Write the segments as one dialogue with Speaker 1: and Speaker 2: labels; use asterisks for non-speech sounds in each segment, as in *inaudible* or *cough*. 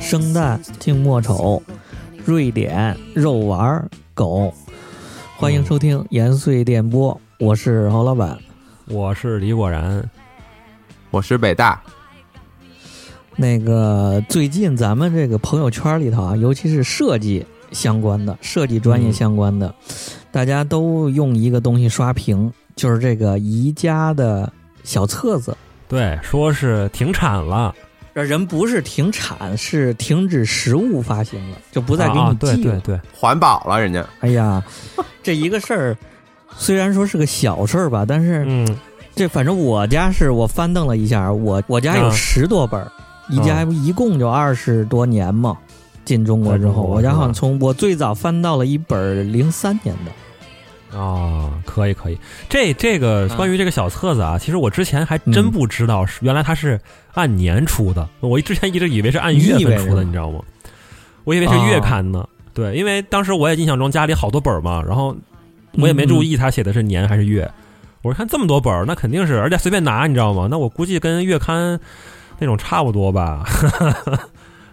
Speaker 1: 生蛋、静默丑、瑞典肉丸儿狗。欢迎收
Speaker 2: 嗯
Speaker 1: 听延绥电波，我是侯老板。
Speaker 2: 我是李果然，
Speaker 3: 我是北大，
Speaker 1: 那个最近咱们这个朋友圈里头啊，尤其是设计相关的、设计专业相关的，
Speaker 2: 嗯
Speaker 1: 大家都用一个东西刷屏，就是这个宜家的小册子。
Speaker 2: 对，说是停产了，
Speaker 1: 这人不是停产，是停止实物发行了，就不
Speaker 2: 不
Speaker 1: 再给你
Speaker 2: 啊啊对
Speaker 1: 寄了。
Speaker 2: 对对，
Speaker 3: 环保了人家。
Speaker 1: 哎呀，这一个事儿，虽然说是个小事儿吧，但是
Speaker 2: 嗯，
Speaker 1: 这反正我家是我翻瞪了一下，我我家有
Speaker 2: 啊
Speaker 1: 十多本儿，宜家不一共就二十多年嘛。进中国之
Speaker 2: 在
Speaker 1: 后，
Speaker 2: 中国
Speaker 1: 我家好像
Speaker 2: 是吧
Speaker 1: 从我最早翻到了一本零三年的，
Speaker 2: 哦，可以可以，这这个
Speaker 1: 啊
Speaker 2: 关于这个小册子啊，其实我之前还真
Speaker 1: 嗯
Speaker 2: 不知道，是原来它是按年出的，我之前一直以为是按月
Speaker 1: 你以为
Speaker 2: 份出
Speaker 1: 是
Speaker 2: 的，
Speaker 1: 吗
Speaker 2: 你知道吗？我以为是月刊
Speaker 1: 哦
Speaker 2: 呢。对，因为当时我也印象中家里好多本儿嘛，然后我也没注意它写的是年还是月。我看这么多本儿，那肯定是，而且随便拿，你知道吗？那我估计跟月刊那种差不多吧。 *laughs*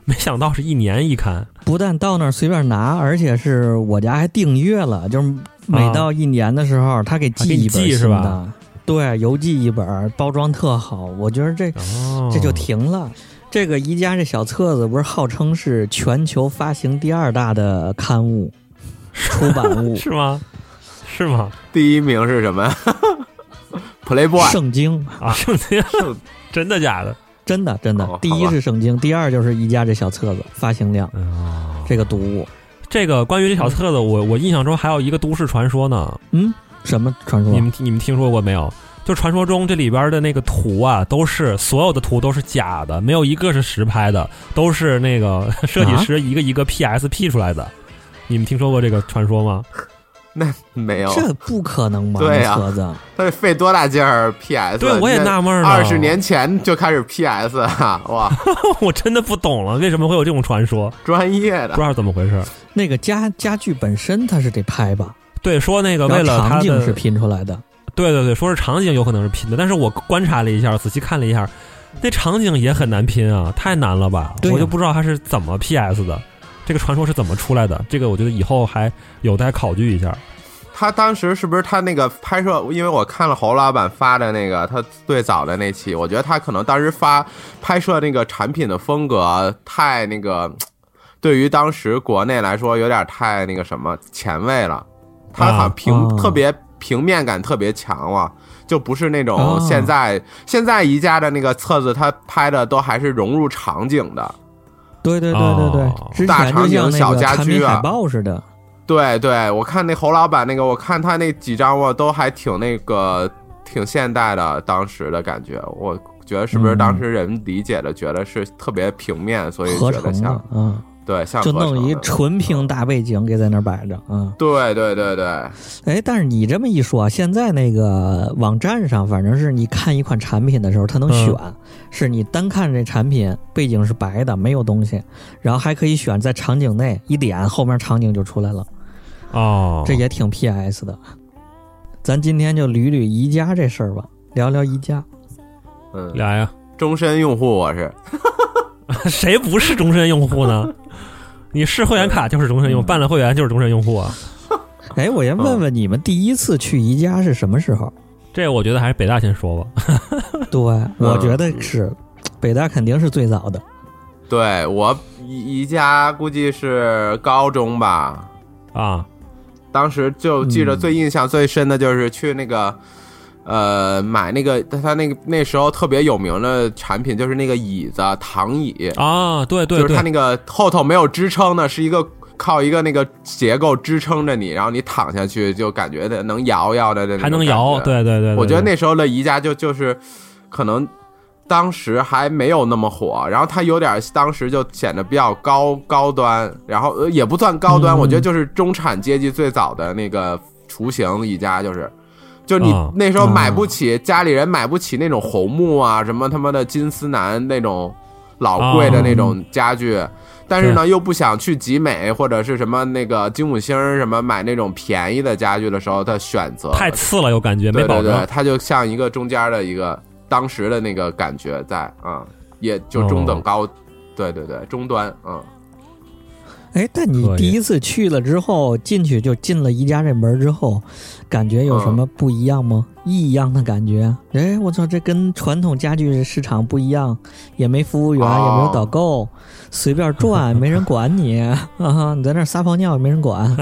Speaker 2: 没想到是一年一刊，
Speaker 1: 不但到那儿随便拿，而且是我家还订阅了，就是每
Speaker 2: 啊
Speaker 1: 到一年的时候，他给
Speaker 2: 还
Speaker 1: 寄
Speaker 2: 给你
Speaker 1: 一本
Speaker 2: 寄
Speaker 1: 新的，
Speaker 2: 是吧
Speaker 1: 对，邮寄一本，包装特好，我觉得这
Speaker 2: 哦，
Speaker 1: 这就停了。这个宜家这小册子不是号称是全球发行第二大的刊物、出版物、
Speaker 2: 是吗？是吗？
Speaker 3: 第一名是什么 *laughs* ？Playboy
Speaker 1: 圣经，
Speaker 2: 啊， *laughs* 圣经
Speaker 3: 圣
Speaker 2: 真的假的？
Speaker 1: 真的真的
Speaker 3: 哦，
Speaker 1: 第一
Speaker 3: 好吧
Speaker 1: 是圣经，第二就是宜家这小册子发行量
Speaker 3: 哦
Speaker 1: 这个读物。
Speaker 2: 这个关于这小册子，我我印象中还有一个都市传说呢，
Speaker 1: 嗯，什么传说
Speaker 2: 你？们你们听说过没有？就传说中这里边的那个图啊，都是所有的图都是假的，没有一个是实拍的，都是那个设计师一个一个 PSP 出来的。你们听说过这个传说吗？
Speaker 3: 没有，
Speaker 1: 这不可能吧？
Speaker 3: 对呀
Speaker 1: 这册子，
Speaker 3: 他得费多大劲儿 PS？
Speaker 2: 对，我也纳闷啊了。
Speaker 3: 二十，年前就开始 PS 啊，哇，
Speaker 2: *laughs* 我真的不懂了，为什么会有这种传说？
Speaker 3: 专业
Speaker 2: 不知
Speaker 3: 的
Speaker 2: 道是怎么回事。
Speaker 1: 那个家家具本身它是得拍吧？
Speaker 2: 对，说那个
Speaker 1: 然
Speaker 2: 为
Speaker 1: 后
Speaker 2: 了他
Speaker 1: 场景
Speaker 2: 的
Speaker 1: 是拼出来的。
Speaker 2: 对对对，说是场景有可能是拼的，但是我观察了一下，仔细看了一下，那场景也很难拼啊，太难了吧？
Speaker 1: 对呀
Speaker 2: 我就不知道它是怎么 PS 的，这个传说是怎么出来的？这个我觉得以后还有待考据一下。
Speaker 3: 他当时是不是他那个拍摄？因为我看了侯老板发的那个他最早的那期，我觉得他可能当时发拍摄那个产品的风格太那个，对于当时国内来说有点太那个什么前卫了。他好
Speaker 2: 啊
Speaker 3: 像平、
Speaker 1: 啊
Speaker 3: 特别平面感特别强了、就不是那
Speaker 1: 啊
Speaker 3: 种现在、现在宜家的那个册子，他拍的都还是融入场景的。
Speaker 1: 对对对对对
Speaker 2: 哦，
Speaker 1: 之
Speaker 3: 大
Speaker 1: 前就
Speaker 3: 场景
Speaker 1: 像那
Speaker 3: 小
Speaker 1: 个
Speaker 3: 家
Speaker 1: 产
Speaker 3: 居
Speaker 1: 品海
Speaker 3: 啊
Speaker 1: 报似的。
Speaker 3: 对对，我看那侯老板那个，我看他那几张我都还挺那个挺现代的，当时的感觉，我觉得是不是
Speaker 1: 嗯
Speaker 3: 当时人理解的，觉得是特别平面，所以觉
Speaker 1: 合成
Speaker 3: 得
Speaker 1: 的
Speaker 3: 像
Speaker 1: 啊、嗯
Speaker 3: 对像
Speaker 1: 就
Speaker 3: 合成
Speaker 1: 弄一
Speaker 3: 的
Speaker 1: 纯屏大背景给在那儿摆着啊。嗯
Speaker 3: 对对对对，
Speaker 1: 哎，但是你这么一说，啊现在那个网站上，反正是你看一款产品的时候，它能
Speaker 2: 嗯
Speaker 1: 选，是你单看这产品背景是白的，没有东西，然后还可以选在场景内一点，后面场景就出来了，
Speaker 2: 哦，
Speaker 1: 这也挺 PS 的。咱今天就捋捋宜家这事儿吧，聊聊宜家。
Speaker 3: 嗯，
Speaker 2: 俩呀， *laughs*
Speaker 3: 终身用户我是，
Speaker 2: 谁不是终身用户呢？ *laughs* 你是会员卡就是终身用，
Speaker 1: 嗯
Speaker 2: 办了会员就是终身用户啊。
Speaker 1: 哎，我先
Speaker 2: 嗯
Speaker 1: 问问你们，第一次去宜家是什么时候？
Speaker 2: *laughs* 这我觉得还是北大先说吧。
Speaker 1: 对，
Speaker 2: 嗯
Speaker 1: 我觉得是北大肯定是最早的。
Speaker 3: 对我宜宜家估计是高中吧，
Speaker 2: 啊，
Speaker 3: 当时就记
Speaker 2: 嗯
Speaker 3: 着最印象最深的就是去那个，呃，买那个他那个那时候特别有名的产品就是那个椅子躺椅，
Speaker 2: 啊，对对
Speaker 3: 就是
Speaker 2: 对
Speaker 3: 它，那个后头没有支撑的，是一个靠一个那个结构支撑着你，然后你躺下去就感觉的能摇摇的那种
Speaker 2: 还能
Speaker 3: 感
Speaker 2: 摇，
Speaker 3: 觉。
Speaker 2: 对对对对，
Speaker 3: 我觉得
Speaker 2: 对
Speaker 3: 那时候的宜家就就是可能。当时还没有那么火，然后它有点，当时就显得比较高高端，然后呃也不算高端，
Speaker 1: 嗯
Speaker 3: 我觉得就是中产阶级最早的那个雏形宜家，就是，就你
Speaker 2: 啊
Speaker 3: 那时候买不起，家里人买不起那种红木啊，什么他妈的金丝楠那种老贵的那种家具，
Speaker 2: 啊
Speaker 3: 但是呢又不想去集美或者是什么那个金五星儿什么买那种便宜的家具的时候，他选择
Speaker 2: 太次了，有感觉没
Speaker 3: 对
Speaker 2: 保
Speaker 3: 对对，
Speaker 2: 证。
Speaker 3: 它就像嗯
Speaker 2: 哦
Speaker 3: 一个中间的一个当时的那个感觉在啊、也就中等高、对对对，终端，嗯，
Speaker 1: 哎，但你
Speaker 2: 可以
Speaker 1: 第一次去了之后，进去就进了宜家这门之后，感觉有什么不一样吗？异样的感觉？哎，我操，这跟传统家具市场不一样，也没服务员，
Speaker 3: 哦
Speaker 1: 也没有导购，随便转，没人管你 *laughs* 啊！哈，你在那儿撒泡尿也没人 *laughs* 管。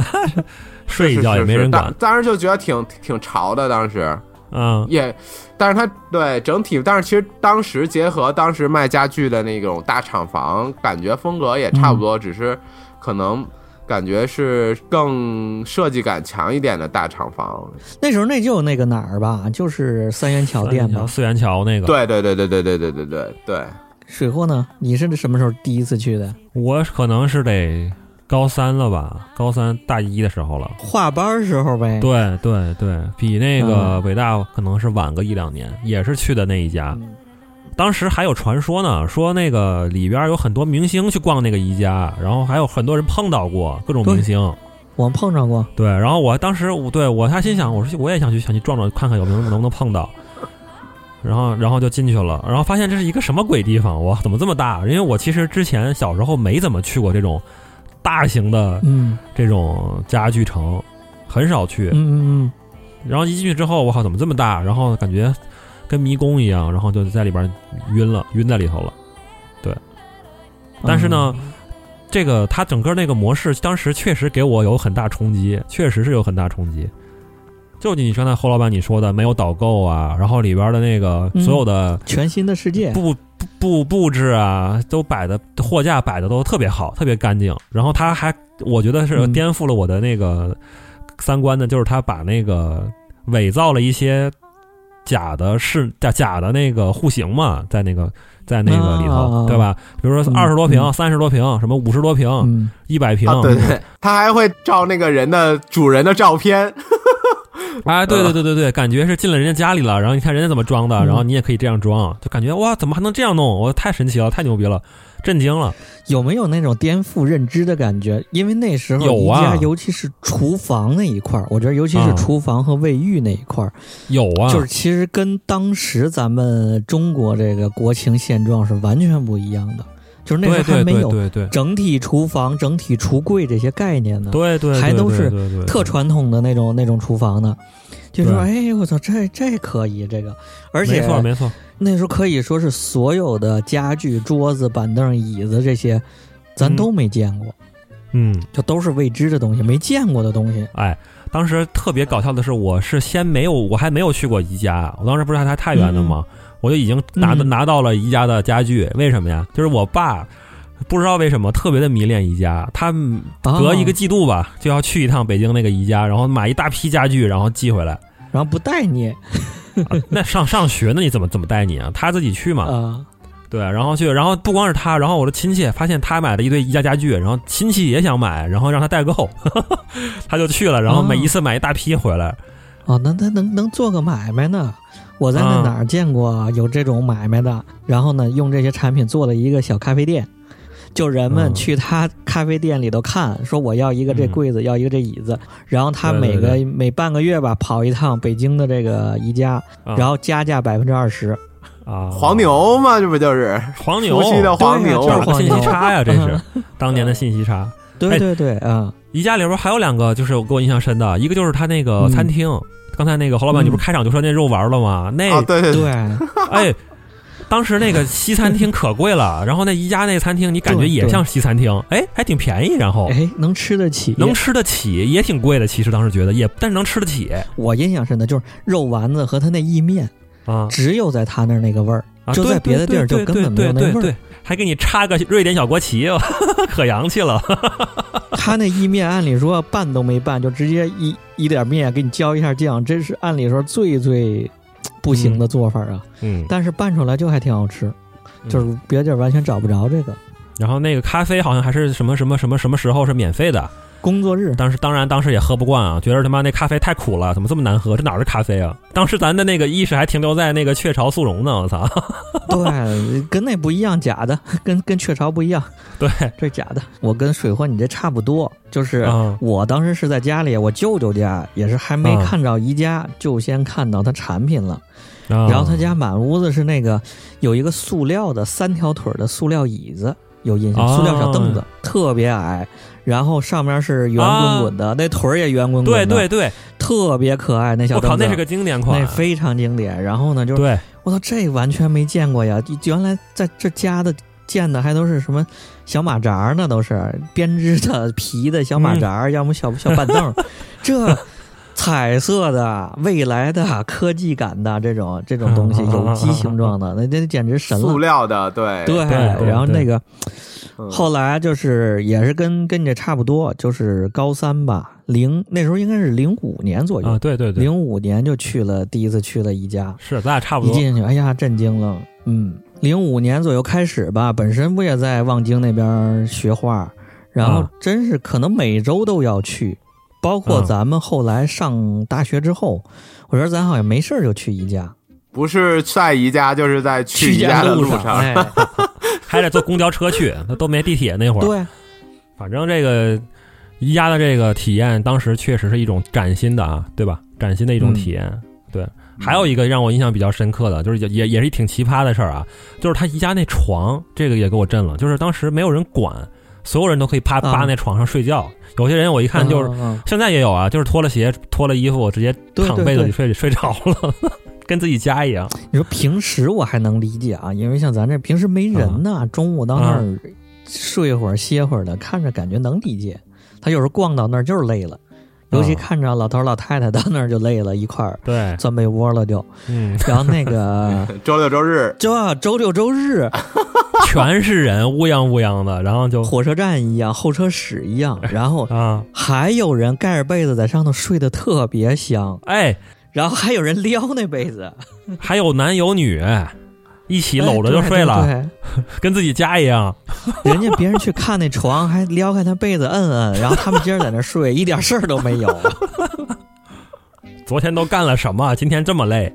Speaker 2: 睡一觉也没人
Speaker 3: 是是
Speaker 2: 管
Speaker 3: 是。当当时就觉得挺挺潮的，当时
Speaker 2: 嗯，
Speaker 3: 也，但是它对整体，但是其实当时结合当时卖家具的那种大厂房，感觉风格也差
Speaker 2: 嗯
Speaker 3: 不多，只是可能感觉是更设计感强一点的大厂房。
Speaker 1: 那时候那就有那个哪儿吧，就是三元桥店吧。
Speaker 2: 四元桥那个。
Speaker 3: 对对对对对对对对对对，
Speaker 1: 水货呢？你是什么时候第一次去的？
Speaker 2: 我可能是得高三了吧，高三大一的时候了。
Speaker 1: 画班时候呗。
Speaker 2: 对对对，比那个北大可能是晚个一两年，也是去的那一家。
Speaker 1: 嗯
Speaker 2: 当时还有传说呢，说那个里边有很多明星去逛那个宜家，然后还有很多人碰到过各种明星。
Speaker 1: 我碰上过。
Speaker 2: 对，然后我当时我对我还心想，我说我也想去，想去撞撞看看有没有能不能碰到。然后，然后就进去了，然后发现这是一个什么鬼地方？哇，怎么这么大？因为我其实之前小时候没怎么去过这种大型的
Speaker 1: 嗯
Speaker 2: 这种家具城，很少去。
Speaker 1: 嗯嗯嗯。
Speaker 2: 然后一进去之后，我靠，怎么这么大？然后感觉跟迷宫一样，然后就在里边晕了，晕在里头了。
Speaker 1: 嗯
Speaker 2: 但是呢，这个它整个那个模式，当时确实给我有很大冲击，确实是有很大冲击。就你刚才侯老板你说的，没有导购啊，然后里边的那个
Speaker 1: 嗯
Speaker 2: 所有的
Speaker 1: 全新的世界。
Speaker 2: 布、布布置啊，都摆的货架摆的都特别好，特别干净。然后他还我觉得是
Speaker 1: 嗯
Speaker 2: 颠覆了我的那个三观的，就是他把那个伪造了一些假的是假假的那个户型嘛，在那个在那个里头，
Speaker 1: 啊
Speaker 2: 对吧？比如说
Speaker 1: 嗯
Speaker 2: 二十多平、
Speaker 1: 嗯
Speaker 2: 三十多平，什么五十多平、
Speaker 1: 嗯，
Speaker 2: 一百平，
Speaker 3: 啊对对，他还会照那个人的主人的照片，
Speaker 2: 哎，对对对对对，感觉是进了人家家里了，然后你看人家怎么装的，
Speaker 1: 嗯
Speaker 2: 然后你也可以这样装，就感觉哇，怎么还能这样弄？我太神奇了，太牛逼了，震惊了。
Speaker 1: 有没有那种颠覆认知的感觉？因为那时候
Speaker 2: 有啊
Speaker 1: 宜家尤其是厨房那一块儿，我觉得尤其是
Speaker 2: 嗯
Speaker 1: 厨房和卫浴那一块儿，
Speaker 2: 有啊，
Speaker 1: 就是其实跟当时咱们中国这个国情现状是完全不一样的。就是那时候还没有嗯
Speaker 2: 对对对
Speaker 1: 整体厨房、整体橱柜这些概念呢，
Speaker 2: 对对对，
Speaker 1: 还都是
Speaker 2: 对对对对
Speaker 1: 特传统的那种那种厨房呢。就说，
Speaker 2: 对
Speaker 1: 哎，我操，这这可以，这个，而且
Speaker 2: 没错没错，
Speaker 1: 那时候可以说是所有的家具、桌子、板凳、椅子这些，咱
Speaker 2: 嗯
Speaker 1: 都没见过，
Speaker 2: 嗯，
Speaker 1: 就都是未知的东西，没见过的东西。
Speaker 2: 哎，当时特别搞笑的是，我是先没有，我还没有去过宜家，我当时不是还在太原的吗？我就已经拿到
Speaker 1: 嗯
Speaker 2: 拿到了宜家的家具，为什么呀？就是我爸。不知道为什么特别的迷恋宜家，他
Speaker 1: 啊
Speaker 2: 隔一个，季度吧、就要去一趟北京那个宜家，然后买一大批家具，然后
Speaker 1: *laughs*
Speaker 2: 寄回来。
Speaker 1: 然后不带你
Speaker 2: 啊那上上学呢，你怎么怎么带你啊？他自己去嘛，
Speaker 1: 啊，
Speaker 2: 对，然后去，然后不光是他，然后我的亲戚发现他买了一堆宜家家具，然后亲戚也想买，然后让他代购， *laughs* 他就去了，然后每一次买一大批回来，
Speaker 1: 哦，那那能能做个买卖呢？我在那
Speaker 2: 啊
Speaker 1: 哪儿见过有这种买卖的？然后呢，用这些产品做了一个小咖啡店，就人们
Speaker 2: 嗯
Speaker 1: 去他咖啡店里头看，说我要一个这
Speaker 2: 嗯
Speaker 1: 柜子，要一个这椅子，然后他
Speaker 2: 对
Speaker 1: 每
Speaker 2: 对
Speaker 1: 个
Speaker 2: 对
Speaker 1: 每半个月吧跑一趟北京的这个宜家，
Speaker 2: 啊
Speaker 1: 然后加价百分之二十。
Speaker 2: 啊，
Speaker 3: 黄牛嘛，这不就是
Speaker 2: 黄牛
Speaker 3: 熟，悉的黄牛
Speaker 1: 对啊就
Speaker 2: 哪
Speaker 1: 是
Speaker 2: 个
Speaker 1: 黄
Speaker 2: 信
Speaker 1: 牛
Speaker 2: 息差呀？
Speaker 1: *laughs*
Speaker 2: 这是当年的信息差。
Speaker 1: 对
Speaker 2: 哎
Speaker 1: 对对，啊、
Speaker 2: 宜家里边还有两个，就是我给我印象深的，一个就是他那个
Speaker 1: 嗯
Speaker 2: 餐厅，刚才那个侯老板，
Speaker 1: 嗯
Speaker 2: 你不是开场就说那肉丸了吗？那、
Speaker 3: 啊？对对对，
Speaker 1: 对，
Speaker 2: 哎，当时那个西餐厅可贵了，然后那宜家那餐厅，你感觉
Speaker 1: 对
Speaker 2: 也
Speaker 1: 对
Speaker 2: 像西餐厅，哎，还挺便宜，然后。
Speaker 1: 哎，能吃得起。
Speaker 2: 能吃得起，也挺贵的。其实当时觉得也，但是能吃得起
Speaker 1: 我印象深的就是肉丸子和他那意面，
Speaker 2: 啊。
Speaker 1: 只有在他那儿那个味儿。
Speaker 2: 啊
Speaker 1: 就在别的地儿就
Speaker 2: 对
Speaker 1: 根本没有
Speaker 2: 对对
Speaker 1: 那
Speaker 2: 对
Speaker 1: 味儿
Speaker 2: 对对还给你插个瑞典小国旗， *laughs* 可洋气了。
Speaker 1: 他那意面按理说拌都没拌，就直接一一点面给你浇一下酱，这是按理说最最不行的做法啊。
Speaker 2: 嗯，
Speaker 1: 但是拌出来就还挺好吃，
Speaker 2: 嗯
Speaker 1: 就是别的地儿完全找不着这个。
Speaker 2: 然后那个咖啡好像还是什么什么什么什么时候是免费的，
Speaker 1: 工作日，
Speaker 2: 当时当然当时也喝不惯啊，觉得他妈那咖啡太苦了，怎么这么难喝？这哪儿是咖啡啊？当时咱的那个意识还停留在那个雀巢速溶呢，我操！
Speaker 1: *laughs* 对，跟那不一样，假的，跟跟雀巢不一样，
Speaker 2: 对，
Speaker 1: 这假的。我跟水货你这差不多，就是
Speaker 2: 啊
Speaker 1: 我当时是在家里，我舅舅家也是还没
Speaker 2: 嗯
Speaker 1: 看着宜家，就先看到他产品了。
Speaker 2: 然啊
Speaker 1: 然后他家满屋子是那个有一个塑料的三条腿儿的塑料椅子，有印象，
Speaker 2: 啊
Speaker 1: 塑料小凳子，特别矮，然后上面是圆滚滚的，那腿儿也圆滚滚
Speaker 2: 对
Speaker 1: 的，
Speaker 2: 哦对对，
Speaker 1: 特别可爱。那小
Speaker 2: 我靠，
Speaker 1: 凳子，
Speaker 2: 那是个经典款啊
Speaker 1: 那，非常经典。然后呢，就是
Speaker 2: 对，
Speaker 1: 我操，这完全没见过呀！原来在这家的建的还都是什么小马扎儿呢，都是编织的皮的小马扎
Speaker 2: 嗯
Speaker 1: 儿，要么小小板凳儿，这。彩色的、未来的、科技感的这种这种
Speaker 2: *laughs*
Speaker 1: 东西，有机形状的，那那简直神
Speaker 3: 塑
Speaker 1: 了。
Speaker 3: 料的，对
Speaker 1: 对，
Speaker 2: 对
Speaker 1: 然后那个
Speaker 3: 嗯
Speaker 1: 后来就是也是跟跟这差不多，就是高三吧，零那时候应该是零五年左
Speaker 2: 啊，
Speaker 1: 右，
Speaker 2: 对对对，
Speaker 1: 零五年就去了第一次去了宜家，
Speaker 2: 是咱俩差不
Speaker 1: 一
Speaker 2: 多，
Speaker 1: 进去，哎呀，震惊了。嗯，零五年左右开始吧，本身不也在望京那边学画，然后
Speaker 2: 啊
Speaker 1: 真是可能每周都要去，包括
Speaker 2: 嗯
Speaker 1: 咱们后来上大学之后，我觉得咱好像没事儿就去宜家，
Speaker 3: 不是在宜家，就是在去宜
Speaker 1: 家
Speaker 3: 的
Speaker 1: 路
Speaker 3: 上。
Speaker 2: *laughs*
Speaker 1: 哎，
Speaker 2: 还得坐公交车去，那都没地铁那会儿。
Speaker 1: 对，啊
Speaker 2: 反正这个宜家的这个体验，当时确实是一种崭新的啊，对吧？崭新的一
Speaker 1: 嗯
Speaker 2: 种体验。对，还有一个让我印象比较深刻的，就是也也也是一挺奇葩的事儿啊，就是他宜家那床，这个也给我震了。就是当时没有人管，所有人都可以趴
Speaker 1: 啊
Speaker 2: 趴那床上睡觉。有些人我一看就是。
Speaker 1: 嗯，嗯
Speaker 2: 现在也有啊，就是脱了鞋、脱了衣服，直接
Speaker 1: 对
Speaker 2: 躺
Speaker 1: 对
Speaker 2: 被子
Speaker 1: 对
Speaker 2: 里睡睡着了， *laughs* 跟自己家一样。
Speaker 1: 嗯你说平时我还能理解啊，因为像咱这平时没人
Speaker 2: 啊
Speaker 1: 呐，中午到那儿睡会儿歇会儿的，看着感觉能理解。他有时候逛到那儿就是累了，尤其
Speaker 2: 啊
Speaker 1: 看着老头儿老太太到那儿就累了，一块儿 *laughs*
Speaker 2: 对，
Speaker 1: 钻被窝了
Speaker 2: *laughs*
Speaker 1: 就。
Speaker 2: 嗯，
Speaker 1: 然后那个
Speaker 2: *laughs*
Speaker 3: 嗯周六周
Speaker 1: *laughs*
Speaker 3: 日，
Speaker 1: 这周六周日
Speaker 2: 全是人，乌泱乌泱的，然后就
Speaker 1: 火车站一样，候车室一样，然后
Speaker 2: 啊，
Speaker 1: 还有人盖着被子在上头睡得特别香，
Speaker 2: 哎，
Speaker 1: 然后还有人撩那被子，
Speaker 2: 还有男有女，一起
Speaker 1: 哎
Speaker 2: 搂着就睡了，
Speaker 1: 对对
Speaker 2: 跟自己家一样。
Speaker 1: 对人家别人去看那床，还撩开他被子摁摁，然后他们接着在那
Speaker 2: *laughs*
Speaker 1: 睡，一点事儿都没有。
Speaker 2: 昨天都干了什么？今天这么累？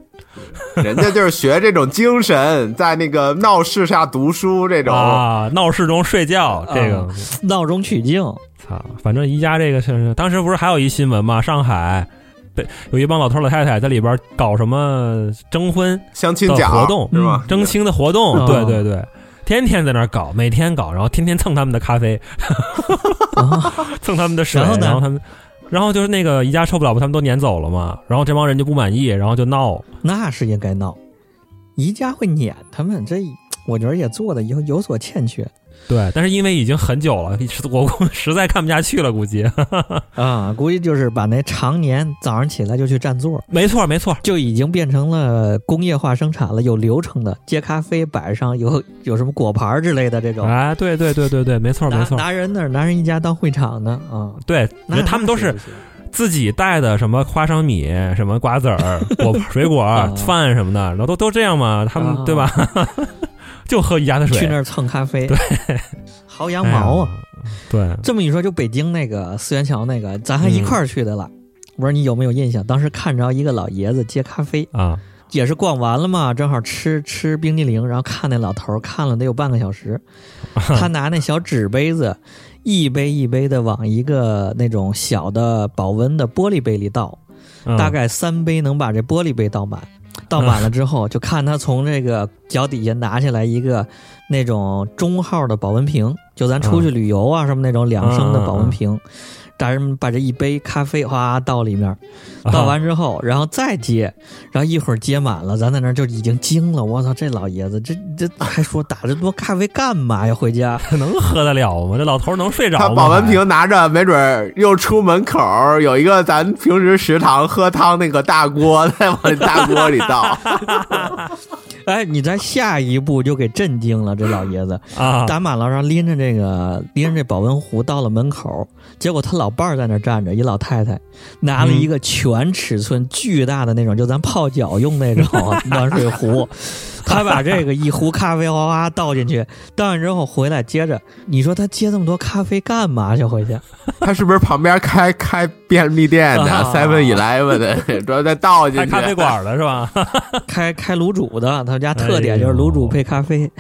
Speaker 3: 人家就是学这种精神，在那个闹市下读书这种。
Speaker 2: 啊，闹市中睡觉，这个
Speaker 1: 啊闹中取静，
Speaker 2: 操、反正宜家这个确实，当时不是还有一新闻吗？上海。对，有一帮老头老太太在里边搞什么征婚、
Speaker 3: 相亲
Speaker 2: 的
Speaker 3: 角
Speaker 2: 活动
Speaker 3: 是吧？
Speaker 2: 征亲的活动，
Speaker 1: 嗯
Speaker 2: 对对对，天天在那儿搞，每天搞，然后天天蹭他们的咖啡，
Speaker 1: 啊
Speaker 2: *laughs* 蹭他们的水，
Speaker 1: 然后呢
Speaker 2: 然后他们，然后就是那个宜家臭不了，不他们都撵走了嘛，然后这帮人就不满意，然后就闹，
Speaker 1: 那是应该闹。宜家会撵他们，这我觉得也做的有有所欠缺
Speaker 2: 对，但是因为已经很久了，我估实在看不下去了，估计。 *laughs*
Speaker 1: 啊，估计就是把那常年早上起来就去占座，
Speaker 2: 没错，没错，
Speaker 1: 就已经变成了工业化生产了，有流程的，接咖啡摆上有有什么果盘儿之类的这种，
Speaker 2: 啊，对对对对对，没错没
Speaker 1: 拿
Speaker 2: 错，
Speaker 1: 拿人那儿拿人一家当会场呢啊。
Speaker 2: 对，
Speaker 1: 那
Speaker 2: 他们都是
Speaker 1: 那行
Speaker 2: 自己带的什么花生米、什么瓜
Speaker 1: *laughs*
Speaker 2: 子儿、果水果、饭什么的，然后都都这样嘛，他们
Speaker 1: 啊
Speaker 2: 对吧？ *laughs* 就喝宜家的
Speaker 1: 不行
Speaker 2: 水，
Speaker 1: 去那儿蹭咖啡，
Speaker 2: 对，
Speaker 1: 薅羊毛啊！
Speaker 2: 哎呀！对，
Speaker 1: 这么一说，就北京那个四元桥那个，咱
Speaker 2: 嗯
Speaker 1: 还一块儿去的了。我说你有没有印象？当时看着一个老爷子接咖啡，
Speaker 2: 啊，
Speaker 1: 也是逛完了嘛，正好吃吃冰激凌，然后看那老头儿看了得有半个小时，他拿那小纸杯子，一杯一杯的往一个那种小的保温的玻璃杯里倒，
Speaker 2: 嗯
Speaker 1: 大概三杯能把这玻璃杯倒满。倒满了之后，就看他从这个脚底下拿下来一个那种中号的保温瓶，就咱出去旅游啊什么那种两升的保温瓶，咱们把这一杯咖啡哗倒里面，
Speaker 2: 啊
Speaker 1: 倒完之后，然后再接，然后一会儿接满了，咱在那儿就已经惊了，我操，这老爷子这这还说打这多咖啡干嘛呀？回家
Speaker 2: *laughs* 能 *laughs* 喝得了吗？这老头儿能睡着吗？
Speaker 3: 他保温瓶拿着，没准儿又出门口儿有一个咱平时食堂喝汤那个大锅，再往那大锅里倒。
Speaker 1: 哎，你在下一步就给震惊了，这老爷子。
Speaker 2: 还啊，
Speaker 1: 打满了，然后拎着这个拎着这保温壶到了门口，结果他老伴儿在那儿站着，一老太太拿了一个全尺寸巨大的那种，就咱泡脚用那种 *laughs* 暖水壶，他把这个一壶咖啡哗哗倒进去，倒完之后回来接着，你说他接这么多咖啡干嘛去？回去 *laughs*
Speaker 3: 他是不是旁边开开便利店的
Speaker 1: 啊
Speaker 3: Seven Eleven 的， *laughs* 主要再倒进
Speaker 2: 开
Speaker 3: 去？
Speaker 2: 咖啡馆了是吧？ *laughs*
Speaker 1: 开开卤煮的，他们家特点就
Speaker 2: 哎
Speaker 1: 是
Speaker 2: 呦
Speaker 1: 卤煮配咖啡。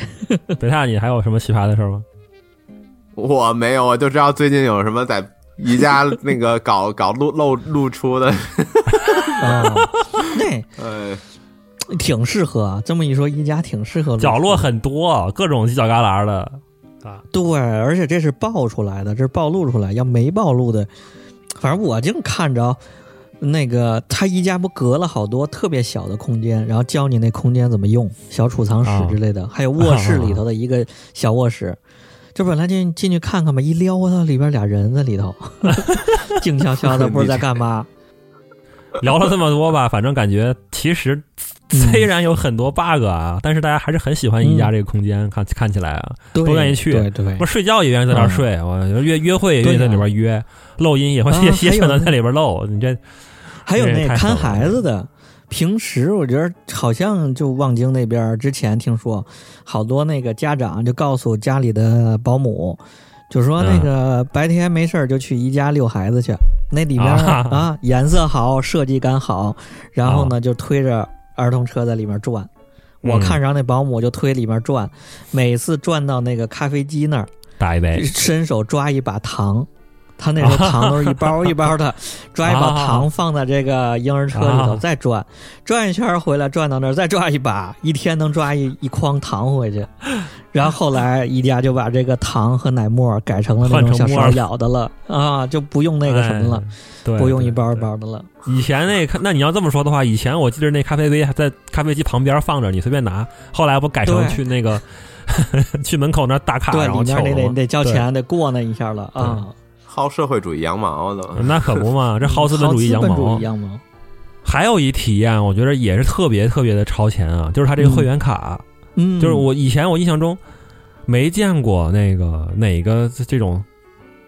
Speaker 2: 北大，你还有什么奇葩的事儿吗？
Speaker 3: 我没有，我就知道最近有什么在宜家那个搞搞露露露出的， *laughs*
Speaker 1: 啊、那
Speaker 3: 呃，
Speaker 1: 挺适合啊，这么一说，宜家挺适合卤煮
Speaker 2: 角落很多，各种犄角旮旯的，啊，
Speaker 1: 对，而且这是爆出来的，这是暴露出来，要没暴露的，反正我净看着。那个他一家不隔了好多特别小的空间，然后教你那空间怎么用，小储藏
Speaker 2: 啊
Speaker 1: 室之类的，还有卧室里头的一个小卧
Speaker 2: *laughs*
Speaker 1: 室，就本来进进去看看吧，一撩我操，里边俩人在
Speaker 2: *laughs*
Speaker 1: 里头，静悄悄的，不知道在干嘛。 *laughs*
Speaker 2: 聊了这么多吧，反正感觉其实 *laughs* 虽然有很多 bug 啊，但是大家还是很喜欢宜家这个空间，看看起来啊，
Speaker 1: 对
Speaker 2: 都愿意去
Speaker 1: 对嗯对嗯
Speaker 2: 不睡觉也愿意在那儿睡，啊我约约会也愿意在里边约， *laughs* 漏音也会
Speaker 1: 啊
Speaker 2: 也也
Speaker 1: 还有
Speaker 2: 可能在里边漏，你这
Speaker 1: 还有
Speaker 2: 这也
Speaker 1: 那
Speaker 2: 太
Speaker 1: 看
Speaker 2: 狠了
Speaker 1: 孩子的，平时我觉得好像就望京那边儿之前听说，好多那个家长就告诉家里的保姆，就说
Speaker 2: 嗯
Speaker 1: 那个白天没事儿就去宜家遛孩子去，那里面啊
Speaker 2: 啊 *laughs* 哦
Speaker 1: 颜色好，设计感好，然后呢就推着儿童车在里面转。我
Speaker 2: 嗯
Speaker 1: 看着那保姆就推里面转，每次转到那个咖啡机那儿，
Speaker 2: 打一杯
Speaker 1: 伸手抓一把糖，他那时候
Speaker 2: *laughs*
Speaker 1: 糖都是一包一包的，抓一把糖放在这个婴儿车里头
Speaker 2: 啊
Speaker 1: 再转，转一圈儿回来转到那儿再抓一把，一天能抓一一筐糖回去。然后后来宜家就把这个糖和奶沫改成了那种
Speaker 2: 换
Speaker 1: 小
Speaker 2: 成沫
Speaker 1: 勺
Speaker 2: 儿
Speaker 1: 舀的了啊，就不用那个什么了，，
Speaker 2: 哎对，
Speaker 1: 不用一
Speaker 2: 对
Speaker 1: 包一。
Speaker 2: 对
Speaker 1: 包的了。
Speaker 2: 以前那那你要这么说的话，以前我记得那咖啡杯还在咖啡机旁边放着，你随便拿。后来不改成
Speaker 1: 对
Speaker 2: 去那个 *laughs* 去门口那儿打卡，
Speaker 1: 对，
Speaker 2: 然后
Speaker 1: 里面
Speaker 2: 抢
Speaker 1: 得
Speaker 2: 了
Speaker 1: 得
Speaker 2: 吗。
Speaker 1: 得交
Speaker 2: 对
Speaker 1: 钱，得过那一下了啊。
Speaker 3: 薅社会主义啊羊毛的，
Speaker 2: 那可不嘛，这薅资本主义
Speaker 1: 薅
Speaker 2: 羊
Speaker 1: 资本主
Speaker 2: 毛啊
Speaker 1: 义。羊毛，
Speaker 2: 还有一体验，我觉得也是特别特别的超前啊，就是它这个会员卡，
Speaker 1: 嗯，
Speaker 2: 就是我以前我印象中没见过那个哪个这种